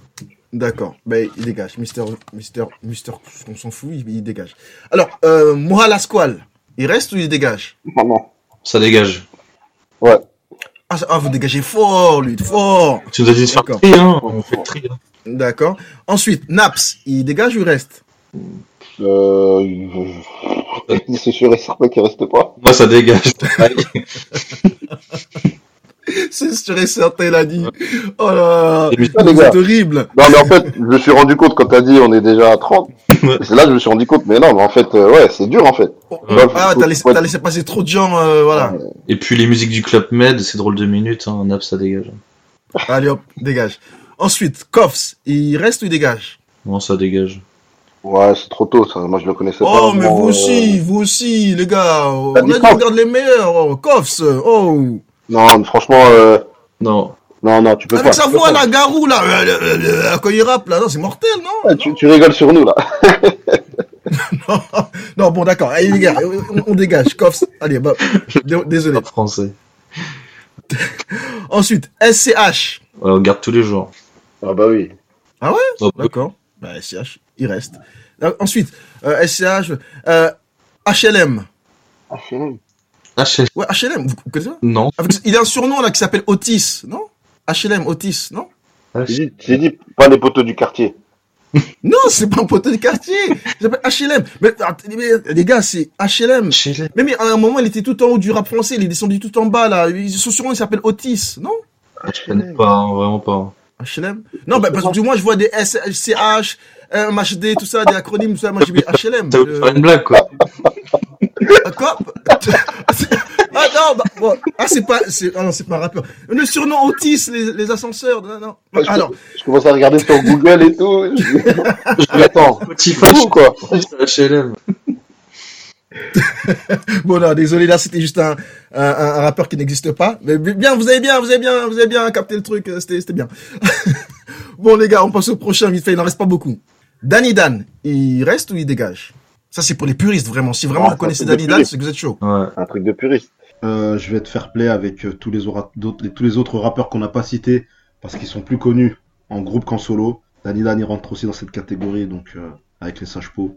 Speaker 1: D'accord, ben il dégage, Mister, Mister, Mister, on s'en fout, il, il dégage. Alors, euh, Mohala Squall, il reste ou il dégage
Speaker 3: Non, non.
Speaker 2: Ça dégage.
Speaker 1: ah, ça- ah, vous dégagez fort, lui, fort
Speaker 2: Tu nous as dit de faire le
Speaker 1: D'accord.
Speaker 2: tri, hein. On fait le tri. hein.
Speaker 1: D'accord. Ensuite, Naps, il dégage ou il reste
Speaker 3: Euh, il- c'est sûr et certain qu'il reste pas.
Speaker 2: Moi, ça dégage.
Speaker 1: C'est sûr et certain, il a dit. Oh là là,
Speaker 2: Et puis,
Speaker 3: Ah, les
Speaker 1: vous
Speaker 3: gars.
Speaker 1: êtes horrible
Speaker 3: Non, mais en fait, je me suis rendu compte quand t'as dit on est déjà à 30.
Speaker 2: Ouais.
Speaker 3: C'est là que je me suis rendu compte, mais non, mais en fait, euh, ouais, c'est dur en fait.
Speaker 2: Ouais.
Speaker 1: Ah, t'as laissé, t'as laissé passer trop de gens, euh, voilà.
Speaker 2: Et puis les musiques du Club Med, c'est drôle de minutes. Hein. Nap, ça dégage.
Speaker 1: Allez hop, dégage. Ensuite, Koffs, il reste ou il dégage
Speaker 2: Non, ça dégage.
Speaker 3: Ouais, c'est trop tôt ça, moi je le connaissais pas.
Speaker 1: Oh, mais
Speaker 3: vraiment,
Speaker 1: vous
Speaker 3: euh,
Speaker 1: aussi, vous aussi, les gars. On
Speaker 3: T'as
Speaker 1: a
Speaker 3: dit
Speaker 1: dit
Speaker 3: Koffs.
Speaker 1: on garde les meilleurs. Oh, Koffs, oh.
Speaker 3: Non, mais franchement, euh,
Speaker 2: Non.
Speaker 3: non, non, tu peux pas.
Speaker 1: Avec sa
Speaker 3: tu peux
Speaker 1: voix,
Speaker 3: pas.
Speaker 1: là, Garou, là, euh, euh, euh, quand il rappe, là, non, c'est mortel, non
Speaker 3: Ouais, Ah, tu, tu rigoles sur nous là.
Speaker 1: Non, bon, d'accord. Allez, les gars, on, on dégage. Koffs, allez, bah, dé- désolé.
Speaker 2: Rap français.
Speaker 1: Ensuite, SCH.
Speaker 2: Ouais, on garde tous les jours.
Speaker 3: Ah bah oui.
Speaker 2: Oh, bah,
Speaker 1: D'accord. Bah, SCH, il reste. Euh, Ensuite, euh, SCH, euh, HLM.
Speaker 3: Ah, c'est vrai.
Speaker 2: ah, je-
Speaker 1: Ouais, HLM, vous connaissez ça
Speaker 2: Non.
Speaker 1: Avec- Il a un surnom, là, qui s'appelle Otis, non HLM, Otis, non
Speaker 2: Ah,
Speaker 3: J'ai
Speaker 2: je-
Speaker 3: dit, j'ai dit pas les poteaux du quartier.
Speaker 1: Non, c'est pas un poteau de quartier. Il s'appelle HLM. Mais, att- mais, les gars, c'est HLM.
Speaker 2: Chez
Speaker 1: Mais, mais à un moment, il était tout en haut du rap français. Il est descendu tout en bas, là. Son surnom, il s'appelle Otis, non
Speaker 2: Je connais pas, hein, vraiment pas. hein.
Speaker 1: HLM Non, bah, parce que du moins, je vois des SCH, MHD, tout ça, des acronymes, tout ça. Moi, j'ai mis HLM.
Speaker 2: T'as voulu
Speaker 1: Euh,
Speaker 2: faire une blague, quoi.
Speaker 1: Ah, quoi Ah non, bah, bon. ah, c'est pas, c'est, ah non, c'est pas un rappeur. Le surnom Otis, les, les ascenseurs, non, non.
Speaker 3: Parce que-
Speaker 1: Alors,
Speaker 3: Je commence à regarder sur Google et tout. Je
Speaker 2: Je
Speaker 3: me dis, attends,
Speaker 2: Petit
Speaker 3: c'est fou, quoi.
Speaker 2: HLM.
Speaker 1: bon, non, désolé, là, c'était juste un, un, un rappeur qui n'existe pas. Mais bien, vous avez bien, vous avez bien, vous avez bien capté le truc, euh, c'était, c'était bien. bon, les gars, on passe au prochain, vite fait, il n'en reste pas beaucoup. Danny Dan, il reste ou il dégage Ça, c'est pour les puristes, vraiment. Si vraiment
Speaker 3: Ah,
Speaker 1: vous
Speaker 3: ça,
Speaker 1: connaissez
Speaker 3: c'est des
Speaker 1: Danny Dan,
Speaker 3: puristes.
Speaker 1: c'est que vous êtes chaud.
Speaker 2: Ouais.
Speaker 3: Un truc de puriste.
Speaker 5: Euh, je vais être fair play avec euh, tous, les aura- d'autres- tous les autres rappeurs qu'on n'a pas cités parce qu'ils sont plus connus en groupe qu'en solo. Danny Dan il rentre aussi dans cette catégorie donc euh, avec les sages peaux.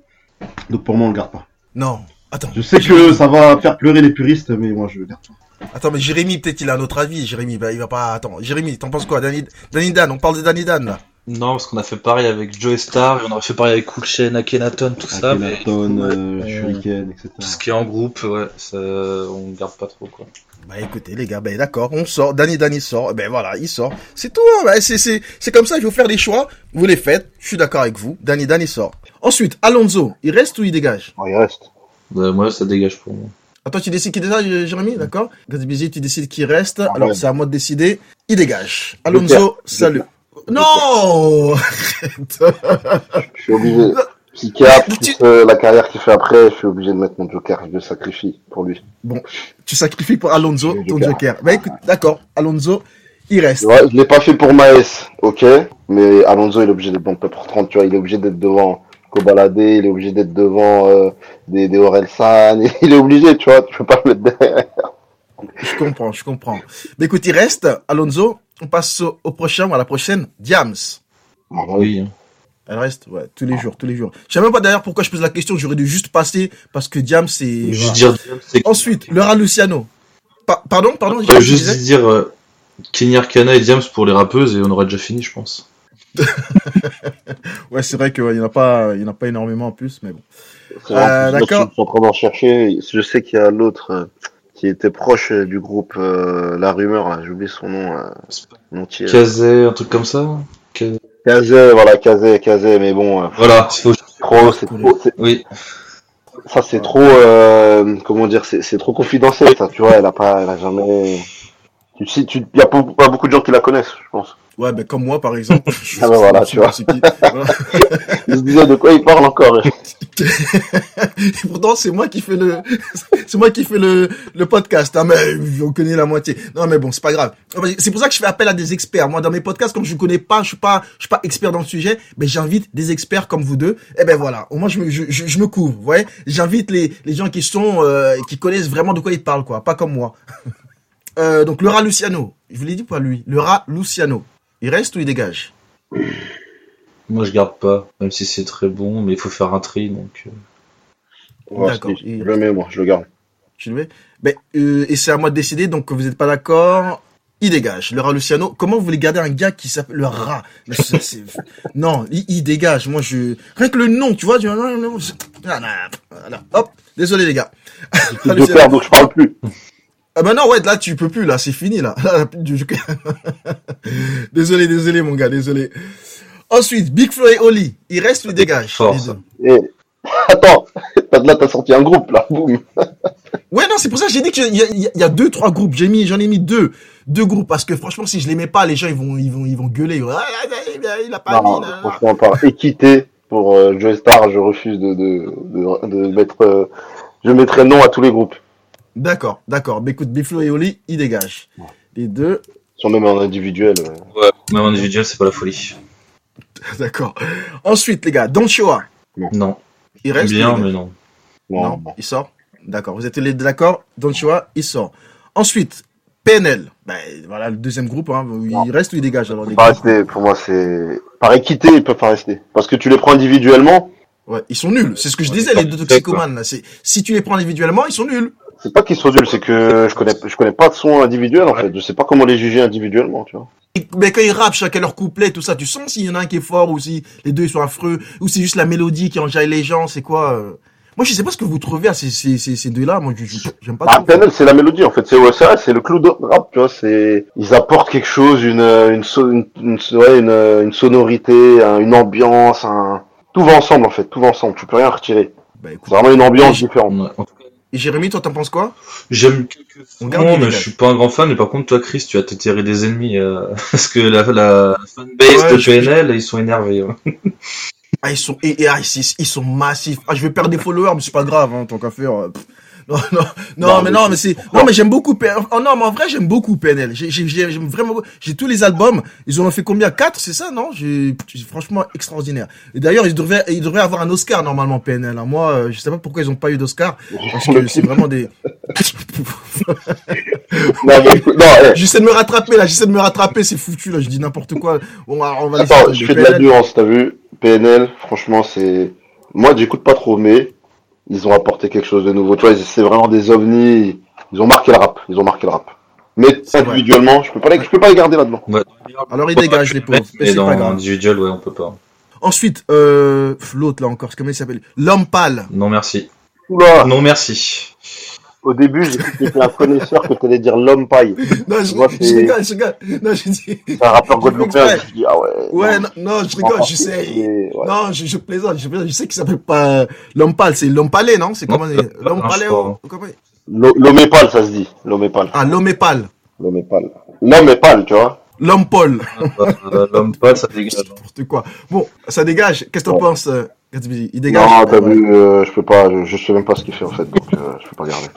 Speaker 5: Donc pour moi on le garde pas.
Speaker 1: Non. Attends,
Speaker 5: Je sais que ça va faire pleurer les puristes mais moi je le garde pas.
Speaker 1: attends, mais Jérémy, peut-être il a un autre avis. Jérémy, bah, il va pas. Attends, Jérémy, t'en penses quoi, Danny, Danny Dan On parle de Danny Dan là.
Speaker 2: Non, parce qu'on a fait pareil avec Joe Star, et on a fait pareil avec Cool Chain, Akhenaton, tout ça, mais
Speaker 5: Akhenaton, euh,
Speaker 2: Ouais.
Speaker 5: Shuriken, etc.
Speaker 2: tout ce qui est en groupe, ouais, ça, on garde pas trop, quoi.
Speaker 1: Bah écoutez les gars, ben d'accord, on sort, Danny Danny sort, ben voilà, il sort. C'est tout, hein, bah, c'est c'est c'est comme ça, il faut faire des choix, vous les faites, je suis d'accord avec vous, Danny Danny sort. Ensuite, Alonso, il reste ou il dégage
Speaker 3: Bon, Oh, il reste.
Speaker 2: Bah, moi, ça dégage pour moi.
Speaker 1: Attends, tu décides qui déjà, J- Jérémy, d'accord Gatsby, tu décides qui reste,
Speaker 3: Ah,
Speaker 1: alors
Speaker 3: ouais.
Speaker 1: c'est à moi de décider, il dégage.
Speaker 3: Je vais
Speaker 1: Alonso,
Speaker 3: je vais
Speaker 1: salut. Non
Speaker 3: Je suis obligé. Psychiatre,
Speaker 1: Tu-
Speaker 3: plus, euh, la carrière qu'il fait après, je suis obligé de mettre mon joker. Je le sacrifie pour lui.
Speaker 1: Tu sacrifies pour Alonso
Speaker 3: Le
Speaker 1: ton
Speaker 3: Joker.
Speaker 1: joker. Bah écoute, d'accord, Alonso, il reste.
Speaker 3: Tu vois, je l'ai pas fait pour Maes, ok, mais Alonso il est obligé d'être dans le top 30, tu vois, il est obligé d'être devant Kobalade, il est obligé d'être devant euh, des, des Orelsan, il est obligé, tu vois, tu peux pas le mettre derrière.
Speaker 1: Je comprends, je comprends. Mais écoute, il reste, Alonso, on passe au, au prochain ou à la prochaine, Diams.
Speaker 3: Ah
Speaker 2: Oui, hein.
Speaker 1: Elle reste, ouais, tous les jours, tous les jours. Je sais même pas d'ailleurs pourquoi je pose la question, j'aurais dû juste passer parce que Diam c'est.
Speaker 2: Juste
Speaker 1: voilà.
Speaker 2: dire, c'est
Speaker 1: Ensuite, Laura Luciano. Pa- pardon, pardon,
Speaker 2: Euh,
Speaker 1: j'ai-
Speaker 2: juste
Speaker 1: j'ai-
Speaker 2: dire euh, Kenya Arcana et Diams pour les rappeuses et on aura déjà fini, je pense.
Speaker 1: Ouais, c'est vrai qu'il n'y en a pas, il y en a pas énormément en plus, mais bon.
Speaker 3: C'est vrai,
Speaker 1: Euh,
Speaker 3: en plus,
Speaker 1: d'accord.
Speaker 3: Je suis en train d'en chercher, je sais qu'il y a l'autre euh, qui était proche euh, du groupe euh, La Rumeur, là, j'ai oublié son nom, euh,
Speaker 2: C'est pas-
Speaker 3: nom entier.
Speaker 2: Kazé, un truc comme ça hein. Kazé-
Speaker 3: Kazé, voilà, Kazé, Kazé, mais bon, euh,
Speaker 2: Voilà, c'est faux.
Speaker 3: trop, c'est trop, c'est-
Speaker 2: Oui,
Speaker 3: ça c'est trop, euh, comment dire, c'est c'est trop confidentiel, ça, tu vois, elle a pas, elle a jamais... Tu sais, tu, y a pas, pas beaucoup de gens qui la connaissent, je pense.
Speaker 1: Ouais, ben comme moi par exemple. Je-
Speaker 3: Ah ben voilà,
Speaker 1: je-
Speaker 3: tu vois.
Speaker 1: je- je- voilà.
Speaker 3: Il se disait de quoi il parle encore.
Speaker 1: Et pourtant, c'est moi qui fais le, c'est moi qui fais le, le podcast, hein, mais on connaît la moitié. Non, mais bon, c'est pas grave. Ah, bah, C'est pour ça que je fais appel à des experts. Moi, dans mes podcasts, comme je connais pas, je suis pas, je suis pas expert dans le sujet, mais j'invite des experts comme vous deux. Et ben voilà. Au moins, je me, je, je, je me couvre, vous voyez. J'invite les, les gens qui sont, euh, qui connaissent vraiment de quoi ils parlent, quoi. Pas comme moi. Euh, donc, le rat Luciano. Je vous l'ai dit pas lui. Le rat Luciano. Il reste ou il dégage?
Speaker 2: moi je garde pas, même si c'est très bon, mais il faut faire un tri donc. euh,
Speaker 1: D'accord.
Speaker 3: Je le mets, moi, je le garde.
Speaker 1: Je le mets. Ben, euh, et c'est à moi de décider, donc vous n'êtes pas d'accord. Il dégage. Le rat Luciano, comment vous voulez garder un gars qui s'appelle le rat Mais ça, c'est- Non, il, il dégage. Moi, je... Rien que le nom, tu vois. Tu... Ah, non, voilà. Hop, désolé les gars.
Speaker 3: Je
Speaker 1: Ah,
Speaker 3: deux
Speaker 1: c'est-
Speaker 3: paires, donc je parle plus.
Speaker 1: Ah ben non, ouais, là, tu peux plus, là, c'est fini, là. Là, plus du- du- désolé, désolé, mon gars, désolé. Ensuite, Big Flo et Oli, il reste ou il dégage
Speaker 2: Fort,
Speaker 1: les
Speaker 2: ça.
Speaker 1: deux
Speaker 3: Et... Attends, t'as- là, t'as sorti un groupe, là, boum.
Speaker 1: Ouais, non, c'est pour ça que j'ai dit qu'il y, a- il y a- il y a deux, trois groupes. J'ai mis, j'en ai mis deux, deux groupes parce que franchement, si je les mets pas, les gens ils vont, ils vont, ils vont gueuler. Ah, il a pas
Speaker 3: Non,
Speaker 1: mis. là, là.
Speaker 3: franchement, par équité, pour euh, Joy Star, je refuse de, de, de, de mettre... euh, Je mettrai non à tous les groupes.
Speaker 1: D'accord, d'accord. Mais écoute, Biflo et Oli, ils dégagent. Les deux,
Speaker 3: Si on le met en individuel, euh,
Speaker 2: Ouais, même en individuel, c'est pas la folie.
Speaker 1: d'accord. Ensuite, les gars, Don Chua,
Speaker 2: Non,
Speaker 1: il reste.
Speaker 2: bien,
Speaker 1: il-
Speaker 2: mais non.
Speaker 3: non,
Speaker 1: Non,
Speaker 3: bon.
Speaker 1: il sort. D'accord. Vous êtes les deux d'accord. Don Chua, il sort. Ensuite, PNL. Ben voilà, le deuxième groupe. Hein. Il
Speaker 3: Non.
Speaker 1: reste ou il dégage alors
Speaker 3: Faut
Speaker 1: les
Speaker 3: Pas
Speaker 1: gars.
Speaker 3: rester, pour moi, c'est... Par équité, ils peuvent pas rester. Parce que tu les prends individuellement,
Speaker 1: Ouais, ils sont nuls. C'est ce que je
Speaker 2: Ouais,
Speaker 1: disais, les deux
Speaker 2: d'accord.
Speaker 1: toxicomanes. Là. C'est- Si tu les prends individuellement, ils sont nuls.
Speaker 3: c'est pas qu'ils sont nuls, c'est que je connais, je connais pas de son individuel, en fait. Je sais pas comment les juger individuellement, tu vois.
Speaker 1: Et- Mais quand ils rappent chacun leur couplet, tout ça, tu sens s'il y en a un qui est fort ou si les deux ils sont affreux, ou c'est juste la mélodie qui enjaille les gens, c'est quoi euh. Moi, je sais pas ce que vous trouvez à ces, ces, ces, ces deux-là. Moi, je- je- j'aime pas
Speaker 3: Bah,
Speaker 1: trop.
Speaker 3: PNL, c'est la mélodie en fait, c'est ouais, c'est vrai, c'est le clou de rap, tu vois, c'est ils apportent quelque chose, une euh, une so- une, une- ouais, une, euh, une sonorité, un- une ambiance, un tout va ensemble en fait, tout va ensemble, tu peux rien retirer.
Speaker 1: Bah, écoute.
Speaker 3: C'est vraiment une ambiance différente.
Speaker 2: Ouais, en tout cas,
Speaker 1: Et Jérémy, toi, t'en penses quoi
Speaker 2: J'aime quelques
Speaker 1: On
Speaker 2: sons,
Speaker 1: garde les
Speaker 2: mais
Speaker 1: villages.
Speaker 2: je suis pas un grand fan. Mais par contre, toi, Chris, tu as t'étiré des ennemis. euh, parce que la, la fanbase
Speaker 1: Ouais,
Speaker 2: de
Speaker 1: je-
Speaker 2: PNL, ils sont énervés. hein.
Speaker 1: Ah, ils sont, et, et, ah, ils, ils sont massifs. Ah, je vais perdre des followers, mais c'est pas grave, hein, tant qu'à faire. euh, pff. Non, non, non,
Speaker 3: Non,
Speaker 1: mais
Speaker 3: mais
Speaker 1: non,
Speaker 3: c'est-
Speaker 1: mais c'est, non, mais j'aime beaucoup PNL. Oh, non, mais en vrai, j'aime beaucoup PNL. J'ai, j'ai, j'ai- j'aime vraiment, beaucoup. j'ai tous les albums. Ils en ont fait combien? Quatre, c'est ça, non? J'ai, c'est franchement extraordinaire. Et d'ailleurs, ils devraient, ils devraient avoir un Oscar, normalement, PNL. hein. Moi, euh, je sais pas pourquoi ils ont pas eu d'Oscar. Parce que c'est vraiment des,
Speaker 3: Non, mais écoute, non, eh,
Speaker 1: j'essaie de me rattraper, là, j'essaie de me rattraper, c'est foutu, là, je dis n'importe quoi. On va, on va laisser
Speaker 3: attends,
Speaker 1: le
Speaker 3: je
Speaker 1: truc
Speaker 3: fais de la nuance, t'as vu PNL, franchement, c'est moi j'écoute pas trop mais ils ont apporté quelque chose de nouveau, tu vois, c'est vraiment des ovnis, ils ont marqué le rap, ils ont marqué le rap. Mais
Speaker 1: C'est vrai.
Speaker 3: individuellement, je peux pas les, je peux pas les garder là-dedans.
Speaker 1: Alors, ils dégagent, les pauvres. Mais
Speaker 2: Mais
Speaker 1: c'est
Speaker 2: dans
Speaker 1: pas grave.
Speaker 2: individuel, ouais, on peut pas.
Speaker 1: Ensuite, euh, pff, l'autre, là, encore, comment il s'appelle? L'homme pâle.
Speaker 2: Non, merci.
Speaker 3: Oula.
Speaker 2: Non, merci.
Speaker 3: Au début, j'ai cru que t'étais un connaisseur que t'allais dire l'homme paille.
Speaker 1: Non, je,
Speaker 3: Moi,
Speaker 1: je
Speaker 3: c'est-
Speaker 1: rigole, je rigole. Non, je dis.
Speaker 3: C'est un rappeur
Speaker 1: Je
Speaker 3: guadeloupéen.
Speaker 1: fais
Speaker 3: Je dis, ah ouais.
Speaker 1: Ouais,
Speaker 3: non,
Speaker 1: non, non, je
Speaker 3: c'est pas
Speaker 1: rigole, je
Speaker 3: parti,
Speaker 1: sais.
Speaker 3: mais ouais.
Speaker 1: Non, je, je plaisante, je plaisante. Je sais qu'il s'appelle pas euh, l'homme pâle, c'est l'homme palais, non C'est
Speaker 2: Non,
Speaker 1: comment
Speaker 2: c'est
Speaker 1: il-
Speaker 2: pas-
Speaker 1: L'homme
Speaker 2: non, je
Speaker 1: palais
Speaker 2: crois.
Speaker 1: ou- ou comment il-
Speaker 3: L'ho- L'homme est pâle, ça se dit. L'homme est pâle.
Speaker 1: Ah, l'homme est pâle.
Speaker 3: L'homme est pâle. L'homme est pâle, tu vois.
Speaker 1: L'homme pâle.
Speaker 2: Euh, L'homme pâle, ça dégage.
Speaker 1: N'importe quoi. Bon, ça dégage. Qu'est-ce que t'en
Speaker 3: Ouais.
Speaker 1: penses euh, Gatsby Il dégage
Speaker 3: Non,
Speaker 1: Ah,
Speaker 3: t'as
Speaker 1: ouais,
Speaker 3: vu, euh, je peux pas, je, je sais même pas ce qu'il fait en fait, donc euh, je peux pas garder.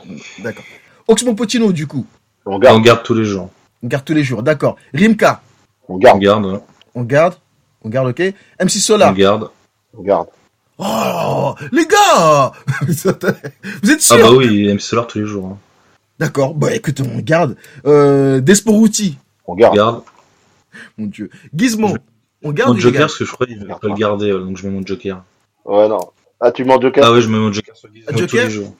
Speaker 1: D'accord. Oxmo Potino, du coup.
Speaker 3: On
Speaker 2: On
Speaker 3: garde,
Speaker 2: garde tous les jours.
Speaker 1: On garde tous les jours, d'accord. Rimka,
Speaker 3: on
Speaker 2: On
Speaker 3: garde,
Speaker 2: garde. hein.
Speaker 1: on garde. On garde, ok. MC
Speaker 2: On
Speaker 1: Solar.
Speaker 2: garde.
Speaker 3: on garde.
Speaker 1: Oh, les gars Vous êtes
Speaker 2: Ah
Speaker 1: sûrs
Speaker 2: bah oui, MC Solar tous les jours. hein.
Speaker 1: D'accord, bah écoute, on garde. Euh, Desporuti,
Speaker 3: On
Speaker 2: On
Speaker 3: garde.
Speaker 2: garde.
Speaker 1: mon dieu. Gizmo, on garde
Speaker 2: Mon
Speaker 1: ou il
Speaker 2: Joker,
Speaker 1: dégage
Speaker 2: parce que je croyais qu'il ne pas le garder, euh, donc je mets mon Joker.
Speaker 3: Ouais, non. Ah, tu manques de
Speaker 2: Ah
Speaker 3: cas
Speaker 2: ouais, je mets mon Joker sur Gizmo tous
Speaker 1: Joker
Speaker 2: les jours.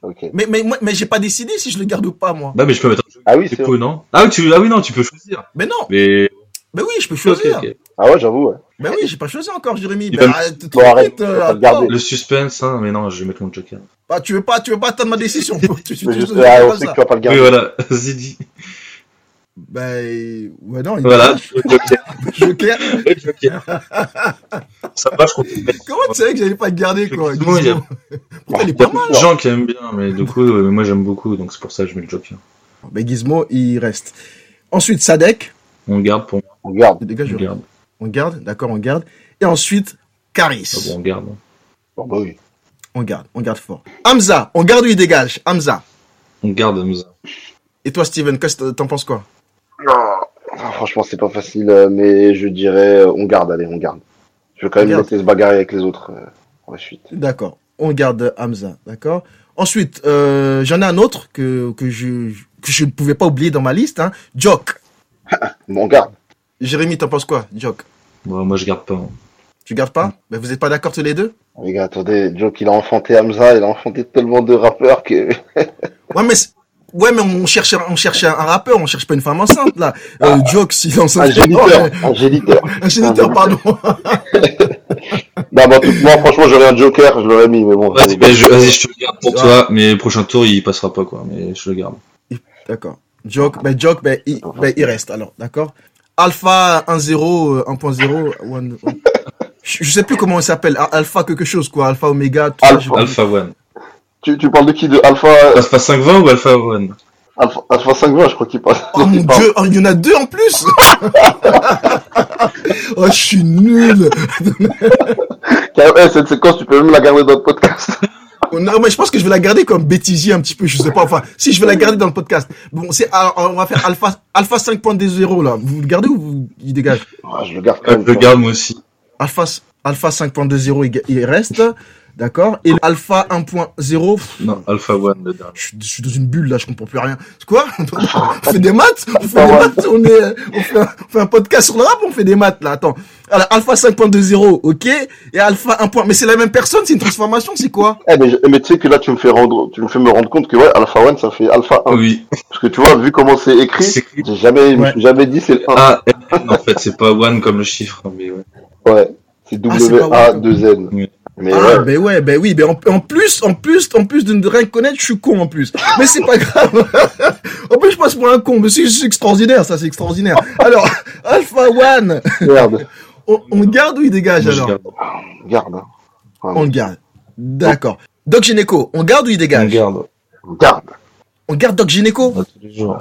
Speaker 3: Ok.
Speaker 1: Mais, mais, moi- mais j'ai pas décidé si je le garde ou pas, moi.
Speaker 2: Bah mais je peux mettre un Joker,
Speaker 3: Ah oui,
Speaker 2: du
Speaker 3: c'est
Speaker 2: coup, non ah oui, tu... ah oui, non, tu peux choisir.
Speaker 1: Mais non,
Speaker 2: Mais...
Speaker 1: mais oui, je peux choisir.
Speaker 2: Ok, ok.
Speaker 3: Ah ouais, j'avoue, ouais.
Speaker 1: Bah oui, j'ai pas choisi encore, Jérémy.
Speaker 2: Il
Speaker 1: Bah,
Speaker 2: va-
Speaker 1: arrête,
Speaker 3: Bon,
Speaker 1: trop
Speaker 3: arrête,
Speaker 1: vite, euh,
Speaker 3: faut pas le
Speaker 1: attends.
Speaker 3: garder.
Speaker 2: Le suspense, hein, mais non, je vais mettre mon Joker.
Speaker 1: Bah, tu veux pas, tu veux pas attendre ma décision. tu, tu- tu-
Speaker 3: Mais
Speaker 1: tu-
Speaker 3: je
Speaker 1: tu-
Speaker 3: sais, ah,
Speaker 1: tu-
Speaker 3: on
Speaker 1: pas
Speaker 3: sait que
Speaker 1: ça.
Speaker 3: tu vas pas le
Speaker 2: Oui,
Speaker 3: garder.
Speaker 2: voilà, Zidi.
Speaker 1: Bah, euh, ouais, non, il
Speaker 2: Voilà,
Speaker 1: dégage.
Speaker 2: le Joker.
Speaker 1: Joker.
Speaker 2: le Joker. Ça va, je comprends.
Speaker 1: Comment tu savais que j'allais pas le garder, quoi
Speaker 2: Gizmo, il y a-
Speaker 1: Gizmo Pourtant, il est pas mal.
Speaker 2: Les gens qui aiment bien, mais du coup, euh, moi j'aime beaucoup, donc c'est pour ça que je mets le Joker.
Speaker 1: hein? Mais Gizmo, il reste. Ensuite, Sadek.
Speaker 2: On garde pour moi,
Speaker 3: On garde,
Speaker 1: Il dégage,
Speaker 2: on
Speaker 1: Jérémy.
Speaker 2: garde.
Speaker 1: on garde, d'accord, on garde. Et ensuite, Caris.
Speaker 2: Ah bon, on garde.
Speaker 3: Bon, bah oui.
Speaker 1: On garde, on garde fort. Hamza, on garde ou il dégage Hamza.
Speaker 2: On garde Hamza.
Speaker 1: Et toi, Steven, qu'est-ce que t'en penses quoi
Speaker 3: Ah, Franchement, c'est pas facile, euh, mais je dirais euh, on garde, allez, on garde. Je veux quand
Speaker 1: On
Speaker 3: même
Speaker 1: garde.
Speaker 3: laisser se bagarrer avec les autres euh, pour la suite.
Speaker 1: D'accord, on garde Hamza, d'accord Ensuite, euh, j'en ai un autre que, que, je, que je ne pouvais pas oublier dans ma liste, hein. Jock.
Speaker 3: Bon, on garde.
Speaker 1: Jérémy, t'en penses quoi, Jock
Speaker 2: Bon, moi je garde pas. hein.
Speaker 1: Tu gardes
Speaker 3: Mm.
Speaker 1: pas Mais Vous n'êtes pas d'accord tous les deux
Speaker 3: Les gars, attendez, Joke, il a enfanté Hamza, il a enfanté tellement de rappeurs que.
Speaker 1: Ouais, mais... c'est- Ouais, mais on cherche, un- on cherche un rappeur, on cherche pas une femme enceinte, là. Euh, Jock, s'il est enceinte.
Speaker 3: Ah. Un géniteur, un géniteur.
Speaker 1: Un géniteur, pardon.
Speaker 3: Non, mais en tout- moi, franchement, j'aurais un Joker, je l'aurais mis, mais bon.
Speaker 2: Vas-y,
Speaker 3: j'aurais-
Speaker 2: ben, je, vas-y, je te le garde pour toi, mais prochain tour il passera pas quoi, mais je le garde.
Speaker 1: D'accord. Jock, ben Jock, ben il, ben, il reste alors, d'accord Alpha 1.0, euh, 1.0, one- one- je je sais plus comment il s'appelle, Al- Alpha quelque chose quoi, Alpha Omega, tout ça.
Speaker 3: Alpha.
Speaker 1: je sais pas.
Speaker 2: Alpha One.
Speaker 3: Tu, tu parles de qui De Alpha,
Speaker 2: Alpha 520 ou Alpha One
Speaker 3: Alpha, Alpha 520, je crois qu'il parle.
Speaker 1: Oh mon
Speaker 3: il parle.
Speaker 1: dieu, oh, il y en a deux en plus Oh, je suis nul
Speaker 3: Car- eh, cette séquence, tu peux même la garder dans le podcast.
Speaker 1: Oh, Non, mais je pense que je vais la garder comme bêtisier un petit peu, je sais pas, enfin, si je vais la garder dans le podcast. Bon, c'est, ah, on va faire Alpha, Alpha 5.0 là, vous le gardez ou vous, il dégage
Speaker 3: Ah, je le garde quand
Speaker 2: Je
Speaker 3: même.
Speaker 2: le
Speaker 3: ça.
Speaker 2: garde moi aussi.
Speaker 1: Alpha, Alpha 5.0, il- il reste. D'accord Et Alpha 1.0, pff,
Speaker 2: Non, Alpha One le dernier.
Speaker 1: je, suis- je suis dans une bulle là, je comprends plus rien. C'est quoi On fait des maths On fait des
Speaker 3: Ah ouais.
Speaker 1: maths on, est, on, fait un, on fait un podcast sur le rap, on fait des maths là, attends. Alors, Alpha 5.20, ok Et Alpha 1. Mais c'est la même personne, c'est une transformation, c'est quoi
Speaker 3: Eh, mais, je- mais tu sais que là, tu me fais rendre, tu me fais me rendre compte que ouais, Alpha 1, ça fait Alpha 1.
Speaker 2: Oui,
Speaker 3: Parce que tu vois, vu comment c'est écrit,
Speaker 2: c'est Ah, écrit
Speaker 3: j'ai jamais, je me
Speaker 1: Ouais.
Speaker 3: suis jamais dit c'est le 1.
Speaker 2: A N, en fait, c'est pas One comme le chiffre, hein, mais ouais.
Speaker 3: Ouais. C'est
Speaker 1: Ah, c'est pas
Speaker 3: W-A-2-N. Mais
Speaker 1: ah,
Speaker 3: ouais,
Speaker 1: ben ouais, ben oui, ben en, en plus, en plus, en plus de ne rien connaître, je suis con en plus. Mais c'est pas grave. en plus, je passe pour un con, mais c'est c'est extraordinaire, ça, c'est extraordinaire. Alors, Alpha One,
Speaker 3: regarde,
Speaker 1: on, on le garde ou il dégage
Speaker 2: Moi, je
Speaker 1: alors
Speaker 2: garde.
Speaker 3: regarde, hein. Enfin,
Speaker 1: On le garde. D'accord. Doc Gynéco, on garde ou il
Speaker 2: On
Speaker 1: dégage
Speaker 2: garde.
Speaker 3: regarde.
Speaker 1: On garde Doc Gynéco
Speaker 2: On a tous les jours.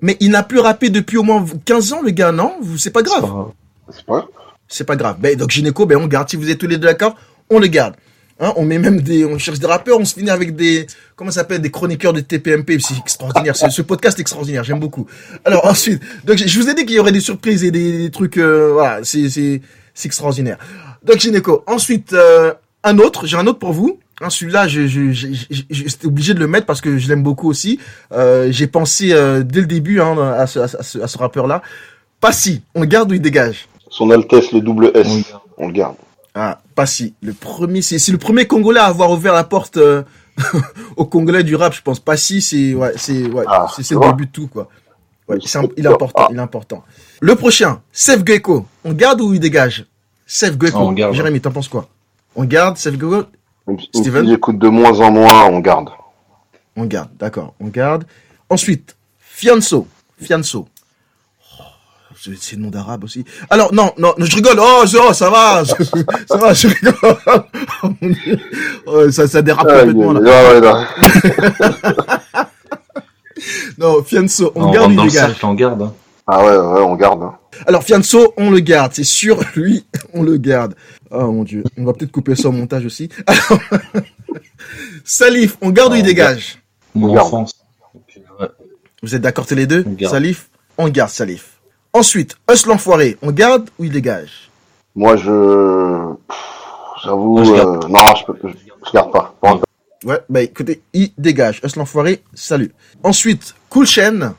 Speaker 1: Mais il n'a plus rappé depuis au moins 15 ans, le gars, non Vous- C'est pas
Speaker 2: C'est pas
Speaker 1: grave.
Speaker 2: grave.
Speaker 3: C'est pas grave.
Speaker 1: C'est pas grave. Ben, Doc Gynéco, ben on garde. Si vous êtes tous les deux d'accord, on le garde. Hein, on met même des, on cherche des rappeurs, on se finit avec des, comment ça s'appelle, des chroniqueurs de TPMP. C'est extraordinaire. ce, ce podcast est extraordinaire. J'aime beaucoup. Alors ensuite, donc je je vous ai dit qu'il y aurait des surprises et des, des trucs, euh, voilà, c'est, c'est, c'est extraordinaire. Doc Gynéco. Ensuite, euh, un autre. J'ai un autre pour vous. Hein, celui-là, je, je, je- je- je- j'étais obligé de le mettre parce que je l'aime beaucoup aussi. Euh, j'ai pensé euh, dès le début hein, à ce, à ce, à ce rappeur-là. Passy, on le garde ou il dégage
Speaker 3: Son Altesse, le double
Speaker 2: On
Speaker 3: S,
Speaker 2: le garde.
Speaker 3: on le garde.
Speaker 1: Ah, Passy, le premier, c'est c'est le premier Congolais à avoir ouvert la porte euh, aux Congolais du rap, je pense. Passy, c'est ouais, c'est ouais,
Speaker 3: Ah,
Speaker 1: c'est- c'est
Speaker 3: tu
Speaker 1: le
Speaker 3: vois.
Speaker 1: début de tout quoi. Ouais, c'est un- il est important,
Speaker 3: Ah.
Speaker 1: il est important. Le prochain, Sef Gecko, on garde ou il dégage Sef
Speaker 2: Ah, on
Speaker 1: Gecko,
Speaker 2: garde.
Speaker 1: Jérémy, t'en penses quoi On garde Sef Gecko,
Speaker 3: Même
Speaker 1: Steven
Speaker 3: si écoute de moins en moins, on garde.
Speaker 1: on garde, d'accord, on garde. Ensuite, Fianso, Fianso. Oh, C'est c'est le nom d'arabe aussi. Alors, non, non, je rigole. Oh, ça, oh, ça va. Ça va, je rigole. Oh, ça, ça dérape
Speaker 3: Ah,
Speaker 1: complètement, là.
Speaker 3: il y a- ouais, ouais, non.
Speaker 1: Non, Fianso, on
Speaker 2: On
Speaker 1: garde
Speaker 2: rentre
Speaker 1: ou
Speaker 2: dans
Speaker 1: il
Speaker 2: le
Speaker 1: dégage
Speaker 2: cercle, on garde. hein.
Speaker 3: Ah ouais, ouais, on garde. hein.
Speaker 1: Alors Fianso, on le garde, c'est sûr, lui, on le garde. Oh mon dieu, on va peut-être couper ça au montage aussi. Alors, Salif, on garde ou il
Speaker 2: Ah, On
Speaker 1: dégage
Speaker 2: Mon
Speaker 3: On garde.
Speaker 2: enfance. Puis, ouais.
Speaker 1: Vous êtes d'accord tous les deux
Speaker 2: On garde.
Speaker 1: Salif, on garde Salif. Ensuite, Us l'enfoiré, on garde ou il dégage
Speaker 3: Moi, je. Pff, J'avoue,
Speaker 2: Moi, je
Speaker 3: euh, non, je, peux- je, je garde pas. Pas encore.
Speaker 1: Ouais, bah écoutez, il dégage. Us l'enfoiré, salut. Ensuite, Cool Chain.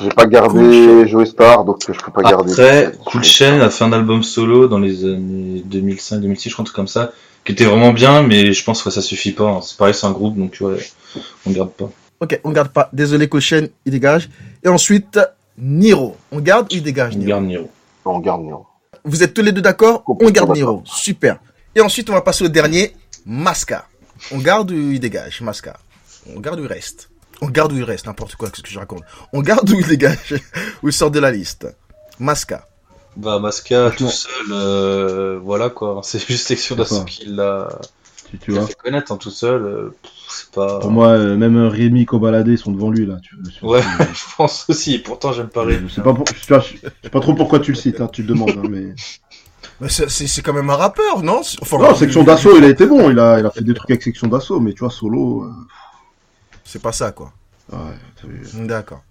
Speaker 3: J'ai pas gardé
Speaker 1: Cool.
Speaker 3: Joey Star, donc je peux pas garder.
Speaker 2: Après, Cool Chain a fait un album solo dans les années 2005-2006, je crois, un truc comme ça, qui était vraiment bien, mais je pense que ça suffit pas. hein. C'est pareil, c'est un groupe, donc ouais, on garde pas.
Speaker 1: Ok, on garde pas. Désolé Cool Chain, il dégage. Et ensuite, Niro, on garde ou il dégage
Speaker 2: On
Speaker 1: Niro
Speaker 2: garde Niro.
Speaker 3: On garde, non.
Speaker 1: Vous êtes tous les deux d'accord On
Speaker 3: Complètement
Speaker 1: garde
Speaker 3: d'accord.
Speaker 1: Niro. Super. Et ensuite, on va passer au dernier, Masca. On garde ou il dégage, Masca On garde ou il reste On garde ou il reste, n'importe quoi, qu'est-ce que je raconte. On garde ou il dégage Ou il sort de la liste Masca.
Speaker 2: Bah, Masca
Speaker 5: Franchement.
Speaker 2: tout seul, euh, voilà quoi. C'est juste section d'assaut
Speaker 5: D'accord.
Speaker 2: qui l'a
Speaker 5: Tu, tu
Speaker 2: qui l'a
Speaker 5: vois.
Speaker 2: fait connaître hein, tout seul. euh, pff, c'est pas.
Speaker 5: Pour moi, euh, même euh, Rémi Cobaladé, ils sont devant lui là. Tu, tu-
Speaker 2: Ouais,
Speaker 5: tu-
Speaker 2: je pense aussi, pourtant j'aime pas
Speaker 5: je sais pas, pour- je- tu vois, je- je sais pas trop pourquoi tu le cites, hein, tu te demandes. hein, mais...
Speaker 1: Mais c'est- C'est c'est quand même un rappeur, non enfin,
Speaker 5: Non, Section d'Assaut, il a été bon, il a, il a fait des trucs avec Section d'Assaut, mais tu vois, solo. euh,
Speaker 1: C'est pas ça, quoi.
Speaker 5: ouais, t'as vu.
Speaker 1: D'accord.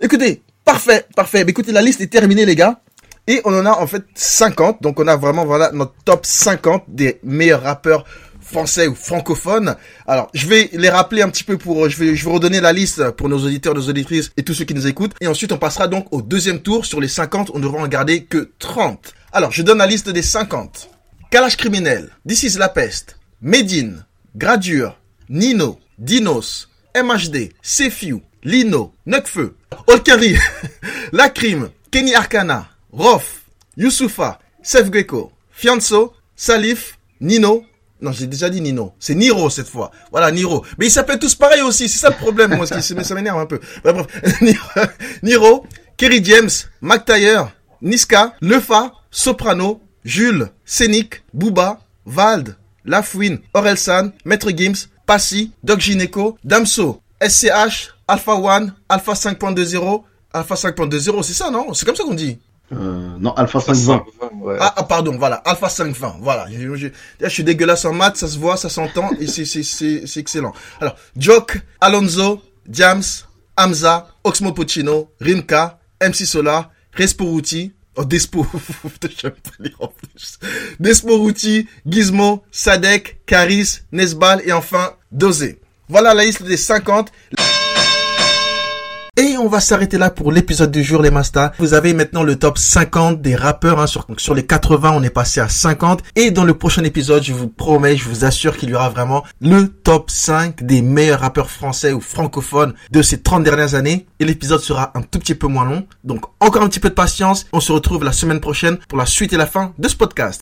Speaker 1: Écoutez, parfait, parfait. Mais Écoutez, la liste est terminée, les gars. Et on en a en fait 50. Donc on a vraiment voilà notre top 50 des meilleurs rappeurs français ou francophones. Alors je vais les rappeler un petit peu pour euh, je vais je vais redonner la liste pour nos auditeurs, nos auditrices et tous ceux qui nous écoutent. Et ensuite on passera donc au deuxième tour sur les 50. On ne devra en garder que 30. Alors je donne la liste des 50. Kalash criminel, This is la peste, Medine, Gradure, Nino, Dinos, MHD, Sefiu, Lino, Nekfeu, Olkari, La Crime, Kenny Arcana, Rof, Youssoufa, Sef Greco, Fianso, Salif, Nino. Non, j'ai déjà dit Nino. C'est Niro cette fois. Voilà, Niro. Mais ils s'appellent tous pareil aussi. C'est ça le problème. Moi, ce qui- ça m'énerve un peu. Bah, bref. Niro- Niro, Kerry James, Mac Taylor, Niska, Lefa, Soprano, Jules, Scénic, Booba, Vald, Lafouine, Orelsan, Maître Gims, Passy, Doc Gineco, Damso, SCH, Alpha One, Alpha 5.20, Alpha 5.20, c'est ça, non C'est comme ça qu'on dit
Speaker 5: Euh, non, Alpha 520.
Speaker 2: Ouais.
Speaker 1: ah, ah, pardon, voilà, Alpha 520, voilà. Je, je- je- je suis dégueulasse en maths, ça se voit, ça s'entend, et c'est- c'est- c'est c'est excellent. Alors, Jock, Alonso, James, Hamza, Oxmo Puccino, Rimka, MC Solar, Resporuti, oh, Despo, putain, j'aime pas lire en plus. Desporuti, Gizmo, Sadek, Caris, Nesbal, et enfin, Dosé. Voilà la liste des 50. Et on va s'arrêter là pour l'épisode du jour, les Mastas. Vous avez maintenant le top 50 des rappeurs. hein, sur, donc sur les 80, on est passé à 50. Et dans le prochain épisode, je vous promets, je vous assure qu'il y aura vraiment le top 5 des meilleurs rappeurs français ou francophones de ces 30 dernières années. Et l'épisode sera un tout petit peu moins long. Donc encore un petit peu de patience. On se retrouve la semaine prochaine pour la suite et la fin de ce podcast.